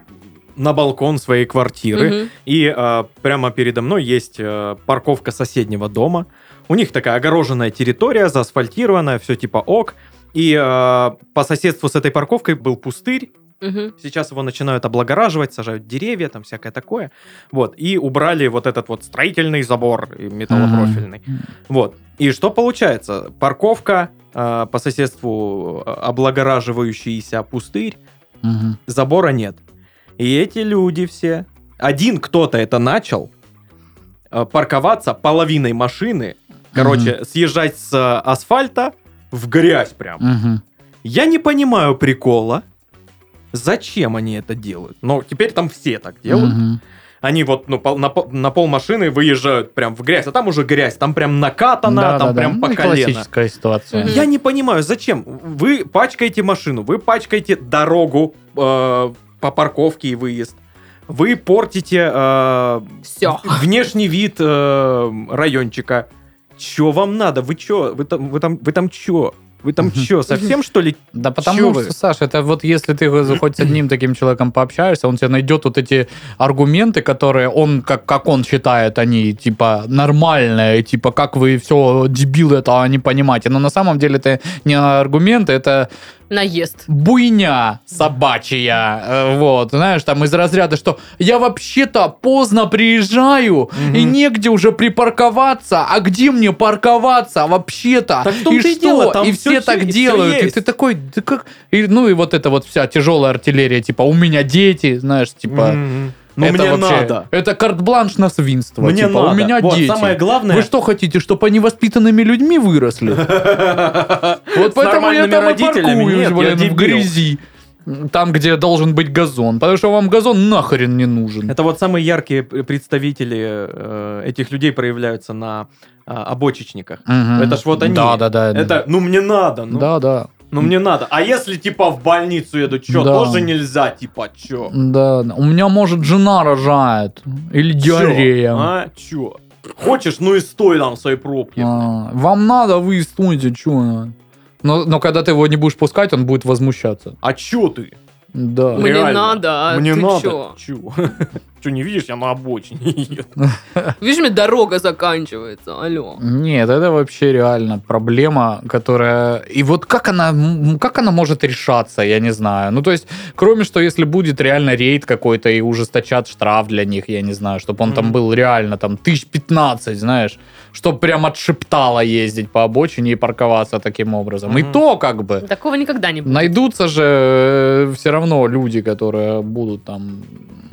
на балкон своей квартиры,
Мгм.
и э, прямо передо мной есть э, парковка соседнего дома. У них такая огороженная территория, заасфальтированная, все типа ок. И э, по соседству с этой парковкой был пустырь.
Мгм.
Сейчас его начинают облагораживать, сажают деревья, там всякое такое. Вот. И убрали вот этот вот строительный забор и металлопрофильный. Вот. И что получается? Парковка э, по соседству э, облагораживающийся пустырь,
Мгм.
забора нет. И эти люди все... Один кто-то это начал э, парковаться половиной машины, короче, съезжать с э, асфальта в грязь прям.
Мгм.
Я не понимаю прикола, зачем они это делают. Но теперь там все так делают.
Мгм.
Они вот ну, пол- на, пол- на пол машины выезжают прям в грязь, а там уже грязь, там прям накатана,
Да,
там
да, да.
прям
Ну,
по колено.
Классическая ситуация.
Мгм.
Я не понимаю, зачем? Вы пачкаете машину, вы пачкаете дорогу э, по парковке и выезд. Вы портите э,
Всё.
в- внешний вид э, райончика. Че вам надо? Вы че? Вы там, вы там, вы там че? Вы там че? Совсем что ли?
Да потому
Чё
что,
вы?
Саш, это вот если ты хоть с одним таким человеком пообщаешься, он тебе найдет вот эти аргументы, которые он, как, как он считает, они типа нормальные, типа как вы все дебилы это а не понимаете. Но на самом деле это не аргументы, это
Наезд.
буйня собачья. Э, Вот, знаешь, там из разряда, что я вообще-то поздно приезжаю,
Мгм.
и негде уже припарковаться, а где мне парковаться вообще-то?
Так в том-то
и
и
что?
дело, там
и
всё
все
есть,
так
всё
делают. И
есть.
ты такой, да как? И, ну и вот это вот вся тяжелая артиллерия, типа, у меня дети, знаешь, типа...
М, Ну
это
мне
вообще-
надо.
Это карт-бланш на свинство.
Мне
типа,
надо.
У меня
вот,
дети.
Самое главное.
Вы что хотите, чтобы они воспитанными людьми выросли? Вот
С
поэтому я
нормальными
там и
родителями?
паркуюсь,
Нет, я
блин, в
дебил.
грязи. Там, где должен быть газон. Потому что вам газон нахрен не нужен.
Это вот самые яркие п- представители э, этих людей проявляются на э, обочечниках.
Мгм.
это ж вот они.
Да, да, да.
Это, ну мне надо, ну,
Да, да.
Ну мне надо. А если типа в больницу еду, чё,
Да.
тоже нельзя, типа, чё?
Да, да. у меня, может, жена рожает. Или
Чё?
диарея.
А, чё? Хочешь, ну и стой там в своей пробке.
А, вам надо, вы стойте, что? Но, но когда ты его не будешь пускать, он будет возмущаться.
А чё ты?
Да.
Мне
Реально.
надо, а
Мне
ты
надо.
чё?
Чё? Чё, не видишь, я на обочине еду.
Видишь, мне дорога заканчивается, алло.
Нет, это вообще реально проблема, которая... И вот как она, м, как она может решаться, я не знаю. Ну, то есть, кроме что, если будет реально рейд какой-то и ужесточат штраф для них, я не знаю, чтобы он там
Мгм.
был реально там тысяч пятнадцать, знаешь, чтобы прям отшептало ездить по обочине и парковаться таким образом. И
Мгм.
то как бы...
Такого никогда не будет.
Найдутся же все равно люди, которые будут там...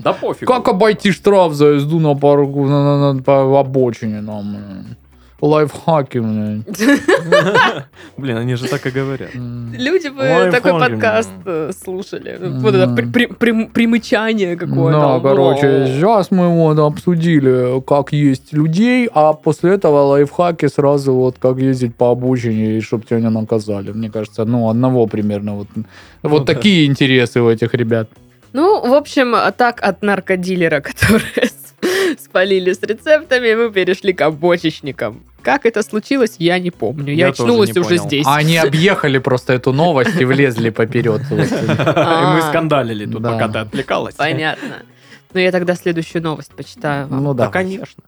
Да пофиг.
Как обойти штраф за езду на пару на, на- на- по обочине? Нам? блин? Лайфхаки, блин.
Блин, они же так и говорят.
М.
Люди бы
Лайфхак,
такой
блин.
подкаст э, слушали. Вот это
Мгм.
при- при- прим- примычание какое-то.
Да, Ну, короче,
ну.
сейчас мы вот обсудили, как есть людей, а после этого лайфхаки сразу вот как ездить по обочине, и чтобы тебя не наказали. Мне кажется, ну, одного примерно. Вот, вот
Ну да.
такие интересы у этих ребят.
Ну, в общем, так от наркодилера, которые с- спалили с рецептами, мы перешли к обочечникам. Как это случилось, я не помню. Я,
Я тоже
очнулась
не
уже
понял.
здесь.
Они объехали просто эту новость и влезли поперед. Вот.
И мы
А.
скандалили тут,
Да.
пока ты отвлекалась.
Понятно. Но я тогда следующую новость почитаю. вам.
Ну
Да,
да.
конечно.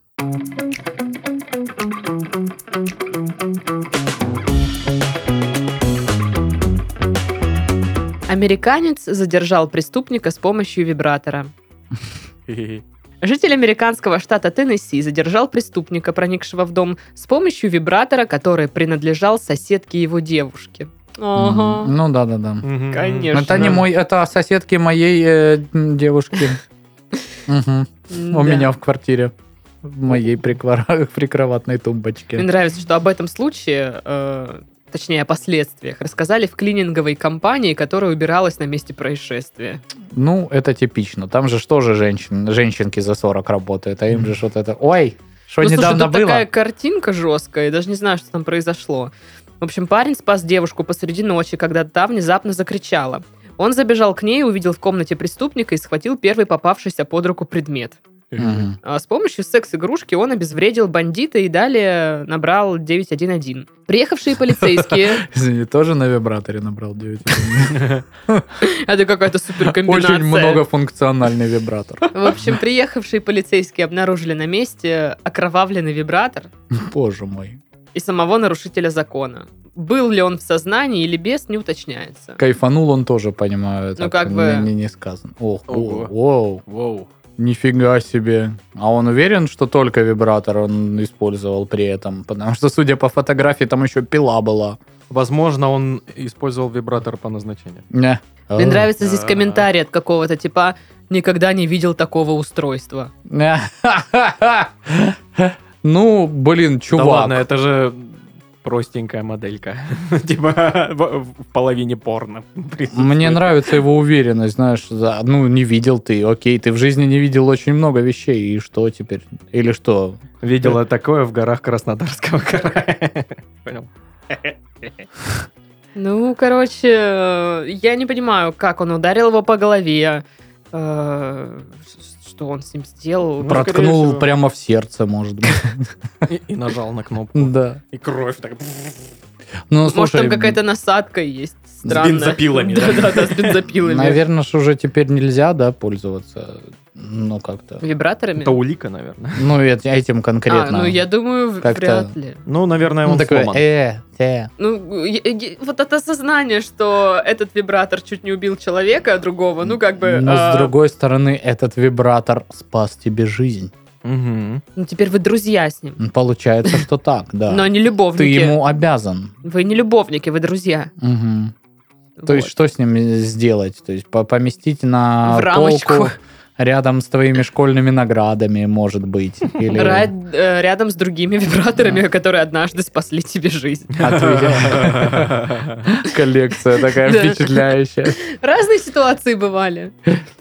Американец задержал преступника с помощью вибратора.
Мгм.
Житель американского штата Теннесси задержал преступника, проникшего в дом, с помощью вибратора, который принадлежал соседке его девушки.
Мгм. Ну да, да, да.
Конечно.
Это не мой, это соседки моей э, девушки. Мгм.
М,
У
да.
меня в квартире. В моей приквара- прикроватной
Мне
тумбочке.
нравится, что об этом случае, э, точнее, о последствиях, рассказали в клининговой компании, которая убиралась на месте происшествия.
Ну, это типично. Там же что же женщин, женщинки за 40 работают, а им же что-то это... Ой, что
Ну, слушай,
недавно
тут
было?
такая картинка жесткая, я даже не знаю, что там произошло. В общем, парень спас девушку посреди ночи, когда та внезапно закричала. Он забежал к ней, увидел в комнате преступника и схватил первый попавшийся под руку предмет.
Мгм.
А С помощью секс-игрушки он обезвредил бандита и далее набрал 911. Приехавшие полицейские...
Извини, тоже на вибраторе набрал 9.
Это какая-то суперкомбинация.
Очень многофункциональный вибратор.
В общем, приехавшие полицейские обнаружили на месте окровавленный вибратор
Боже мой.
и самого нарушителя закона. Был ли он в сознании или без, не уточняется.
Кайфанул он тоже, понимаю. так
Ну, как
не-
бы-
Не, не сказано. Ох,
Ого.
о, воу.
Воу.
Нифига себе. А он уверен, что только вибратор он использовал при этом? Потому что, судя по фотографии, там еще пила была.
Возможно, он использовал вибратор по назначению.
Не. Э.
Мне нравится здесь
да.
комментарий от какого-то типа «никогда не видел такого устройства».
Не. Ну, блин,
Да ладно,
чувак.
это же простенькая моделька. Типа в в половине порно.
Мне нравится его уверенность, знаешь, за- ну, не видел ты, окей, ты в жизни не видел очень много вещей, и что теперь? Или что?
Ну, Видела такое в горах Краснодарского края. Понял?
Ну, короче, э, я не понимаю, как он ударил его по голове, э, с- что он с ним сделал.
Ну, Про- скорее
Проткнул
всего.
прямо в сердце, может быть.
И- И нажал на кнопку.
Да.
И кровь так.
Ну,
Может,
слушай,
там какая-то насадка есть странная.
бензопилами, да?
Да-да-да, с бензопилами.
Наверное, ж уже теперь нельзя, да, пользоваться, ну, как-то.
Вибраторами?
Это улика, наверное.
Ну, и эт- этим
А,
конкретно.
ну я думаю, в-
Как-то-
вряд ли.
Ну, наверное,
Он
он
такой,
сломан.
э, э.
Ну, я- я- вот это сознание, что этот вибратор чуть не убил человека другого, ну, как бы...
Но
а,
с другой стороны, этот вибратор спас тебе жизнь.
Мгм.
Ну, теперь вы друзья с ним.
Ну, Получается, что так,
Но
да.
не
Ты
любовники.
ему обязан.
Вы не любовники, вы друзья.
Мгм. То
Вот.
есть, что с ним сделать? То есть, по- поместить на
В рамочку.
полку рядом с твоими школьными наградами, может быть. Или
Ра- э, рядом с другими вибраторами, которые однажды спасли тебе жизнь.
отве- Коллекция такая
Да.
впечатляющая.
Разные ситуации бывали.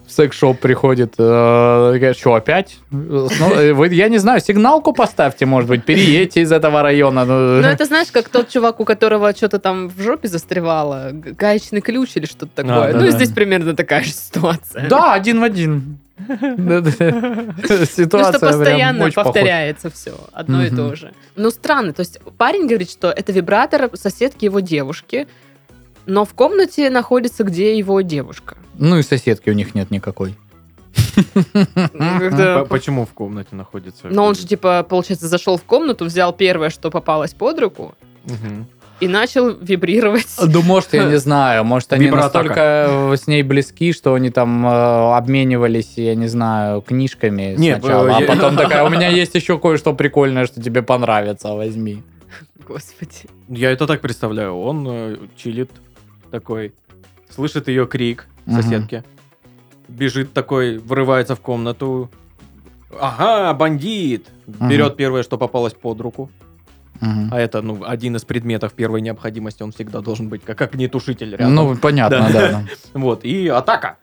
В
секс-шоп приходит. Что, опять? Э, снова- э, вы- Я не знаю, сигналку поставьте, может быть, переедьте из этого района. ну.
Ну, это знаешь, как тот чувак, у которого что-то там в жопе застревало, г- гаечный ключ или что-то такое.
да,
ну, и
да.
здесь примерно такая же ситуация.
Да, один в один. Да-да.
Ну,
Ситуация
что
прям
постоянно
очень похожа.
повторяется все, одно и
Мгм.
то же. Ну, странно. То есть парень говорит, что это вибратор соседки его девушки, но в комнате находится, где его девушка.
Ну и соседки у них нет никакой.
Как-то-
П- Почему в комнате находится?
Но он же, типа, получается, зашел в комнату, взял первое, что попалось под руку,
Мгм.
и начал вибрировать.
Ну, может, я не знаю. Может, они
Виброатака.
настолько э, с ней близки, что они там э, обменивались, я не знаю, книжками
Не,
сначала.
э,
А
я-
потом такая, у меня есть еще кое-что прикольное, что тебе понравится, возьми.
Господи.
Я это так представляю. Он э, чилит такой, слышит ее крик
Мгм.
соседки, бежит такой, врывается в комнату. Ага, бандит! Берет первое, что попалось под руку.
Мгм.
А это, ну, один из предметов первой необходимости. Он всегда должен быть как огнетушитель рядом.
Ну, понятно,
Да.
да. да.
Вот, и атака.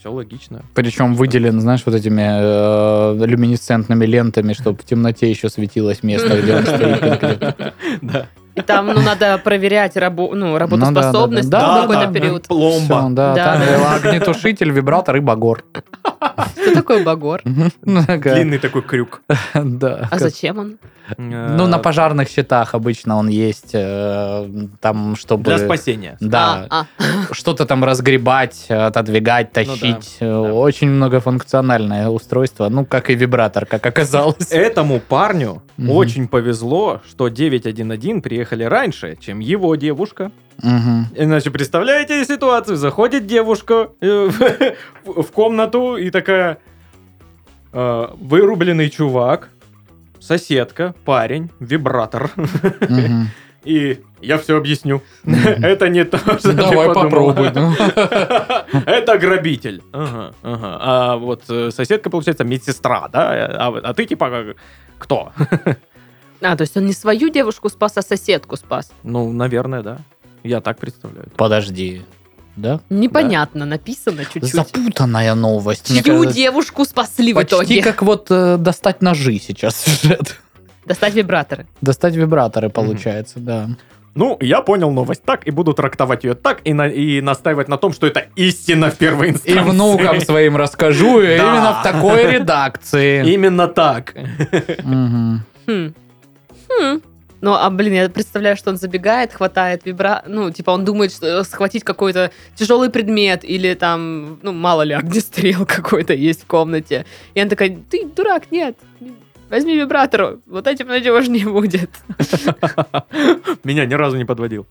Все логично.
Причем выделен, знаешь, вот этими э, люминесцентными лентами, чтобы в темноте еще светилось место, где он стоит конкретно.
Да.
И там, ну, надо проверять рабо- ну, работоспособность
да,
на
да,
какой-то
да,
период.
Всё,
Пломба.
да,
Да,
там
да.
огнетушитель, вибратор и багор.
Что такое багор?
Мгм. Ну, такая,
Длинный такой крюк. Э,
Да.
А зачем он?
А.
Ну, на пожарных щитах обычно он есть, э, там, чтобы...
Для спасения.
Да,
А, а.
что-то там разгребать, э, отодвигать, тащить. Э, Очень многофункциональное устройство, ну, как и вибратор, как оказалось.
Этому парню
Мгм.
очень повезло, что 911 приехали раньше, чем его девушка.
Мгм.
Иначе представляете ситуацию? Заходит девушка э, в в комнату и такая э, вырубленный чувак, соседка, парень, вибратор.
Мгм.
И я все объясню.
Мгм. Ну,
Это не то, что ты
Давай
подумала.
попробуй. ну.
Это грабитель. Ага, ага. А вот э, соседка, получается, медсестра, да? А, а ты типа как- кто?
А, то есть он не свою девушку спас, а соседку спас.
Ну, наверное, да. Я так представляю.
Подожди. Да?
Непонятно, написано чуть-чуть.
Запутанная новость. мне
Чью
кажется.
девушку спасли в
Почти
итоге?
как вот э, достать ножи сейчас сюжет.
Достать вибраторы.
Достать вибраторы, получается, да.
Ну, я понял новость так и буду трактовать ее так и, на- и настаивать на том, что это истина в первой
И
инстанции.
внукам своим расскажу, и
Да.
именно в такой редакции.
Именно так.
Мгм.
Хм. Хм. Ну, а, блин, я представляю, что он забегает, хватает вибра... Ну, типа, он думает, что схватить какой-то тяжелый предмет или там, ну, мало ли, огнестрел какой-то есть в комнате. И она такая, ты дурак, нет, возьми вибратор, вот этим надежнее будет.
Меня ни разу не подводил.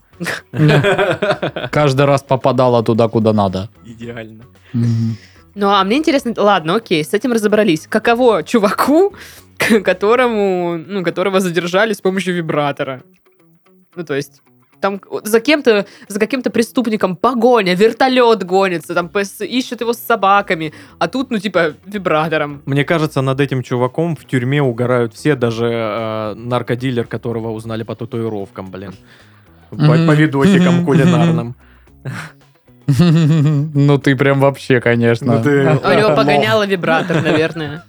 Каждый раз попадала туда, куда надо.
Идеально.
Мгм.
Ну, а мне интересно, ладно, окей, с этим разобрались. Каково чуваку, к- которому, ну, которого задержали с помощью вибратора? Ну, то есть, там к- за кем-то, за каким-то преступником погоня, вертолет гонится, там пс- ищут его с собаками, а тут, ну, типа, вибратором.
Мне кажется, над этим чуваком в тюрьме угорают все, даже э, наркодилер, которого узнали по татуировкам, блин. По,
Мгм.
по видосикам кулинарным.
Ну ты прям вообще,
Ну
конечно.
ты-
А У него погоняло вибратор, наверное.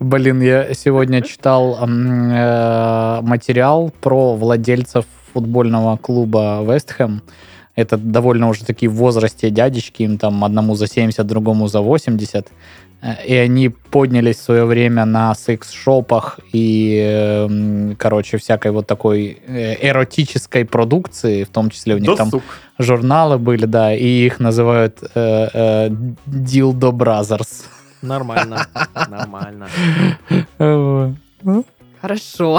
Блин, я сегодня читал м, э, материал про владельцев футбольного клуба Вестхэм. Это довольно уже такие в возрасте дядечки, им там одному за 70, другому за 80. Э, И они поднялись в свое время на секс-шопах и, э, м, короче, всякой вот такой э, эротической продукции, в том числе у них там
Досуг.
журналы были, да, и их называют э, э, Dildo Brothers.
Нормально, нормально.
Хорошо.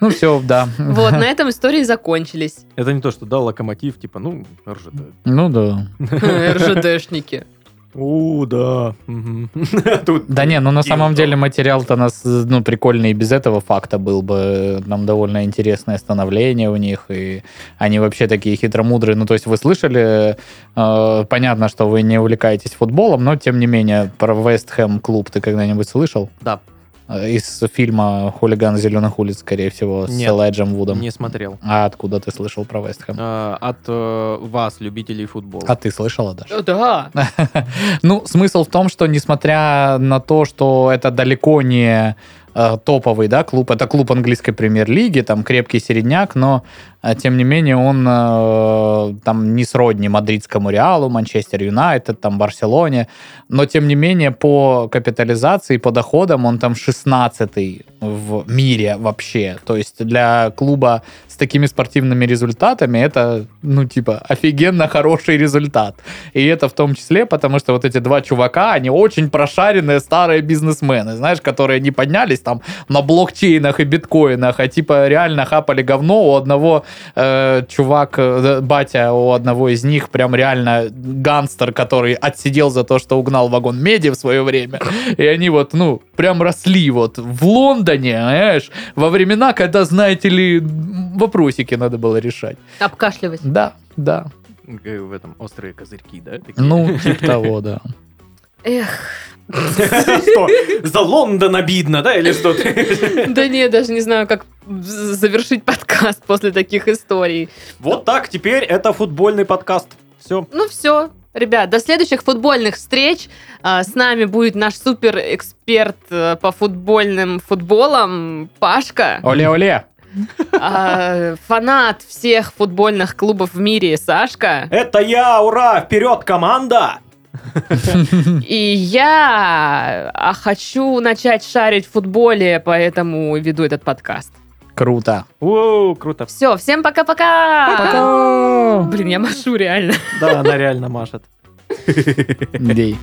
Ну все, да.
Вот, на этом истории закончились.
Это не то, что, да, локомотив, типа, ну, РЖД.
Ну да.
РЖДшники.
У, да. Мгм. Тут
Да не, ну на самом
Dildo.
деле материал-то у нас ну, прикольный и без этого факта был бы. Нам довольно интересное становление у них, и они вообще такие хитромудрые. Ну то есть вы слышали, э, понятно, что вы не увлекаетесь футболом, но тем не менее про Вест Хэм клуб ты когда-нибудь слышал?
Да.
А, э, из фильма «Хулиган зеленых улиц», скорее всего, с
Нет.
Элайджем Вудом.
Не смотрел.
А откуда ты слышал про Вестхэм?
Э, От э, вас, любителей футбола.
А ты слышала, Даша?
Да.
Ну, смысл в том, что несмотря на то, что это далеко не э, топовый да, клуб, это клуб английской премьер-лиги, там крепкий середняк, но э, тем не менее он э, там не сродни мадридскому Реалу, Манчестер Юнайтед, там Барселоне, но тем не менее по капитализации, по доходам он там 16 в мире вообще. То есть для клуба с такими спортивными результатами это, ну, типа, офигенно хороший результат. И это в том числе, потому что вот эти два чувака, они очень прошаренные старые бизнесмены, знаешь, которые не поднялись там на блокчейнах и биткоинах, а типа реально хапали говно у одного э, чувак, э, батя у одного из них, прям реально гангстер, который отсидел за то, что угнал вагон меди в свое время. И они вот, ну, прям росли вот в Лондоне, знаешь, во времена, когда, знаете ли, вопросики надо было решать.
Обкашливать.
Да, да.
Э, В этом острые козырьки, да? такие?
Ну, типа того, да.
Эх,
Что? За Лондон обидно, да, или что?
да не, даже не знаю, как з- завершить подкаст после таких историй.
Вот так теперь это футбольный подкаст. Все.
Ну все, ребят, до следующих футбольных встреч. А, С нами будет наш супер эксперт э, по футбольным футболам Пашка,
Оле-оле!
а, фанат всех футбольных клубов в мире Сашка
Это я, ура, вперед, команда!
и я. А хочу начать шарить в футболе, поэтому веду этот подкаст.
Круто.
Ууу, круто.
Все, всем пока-пока. Блин, я машу реально.
Да, она реально машет.
Дей.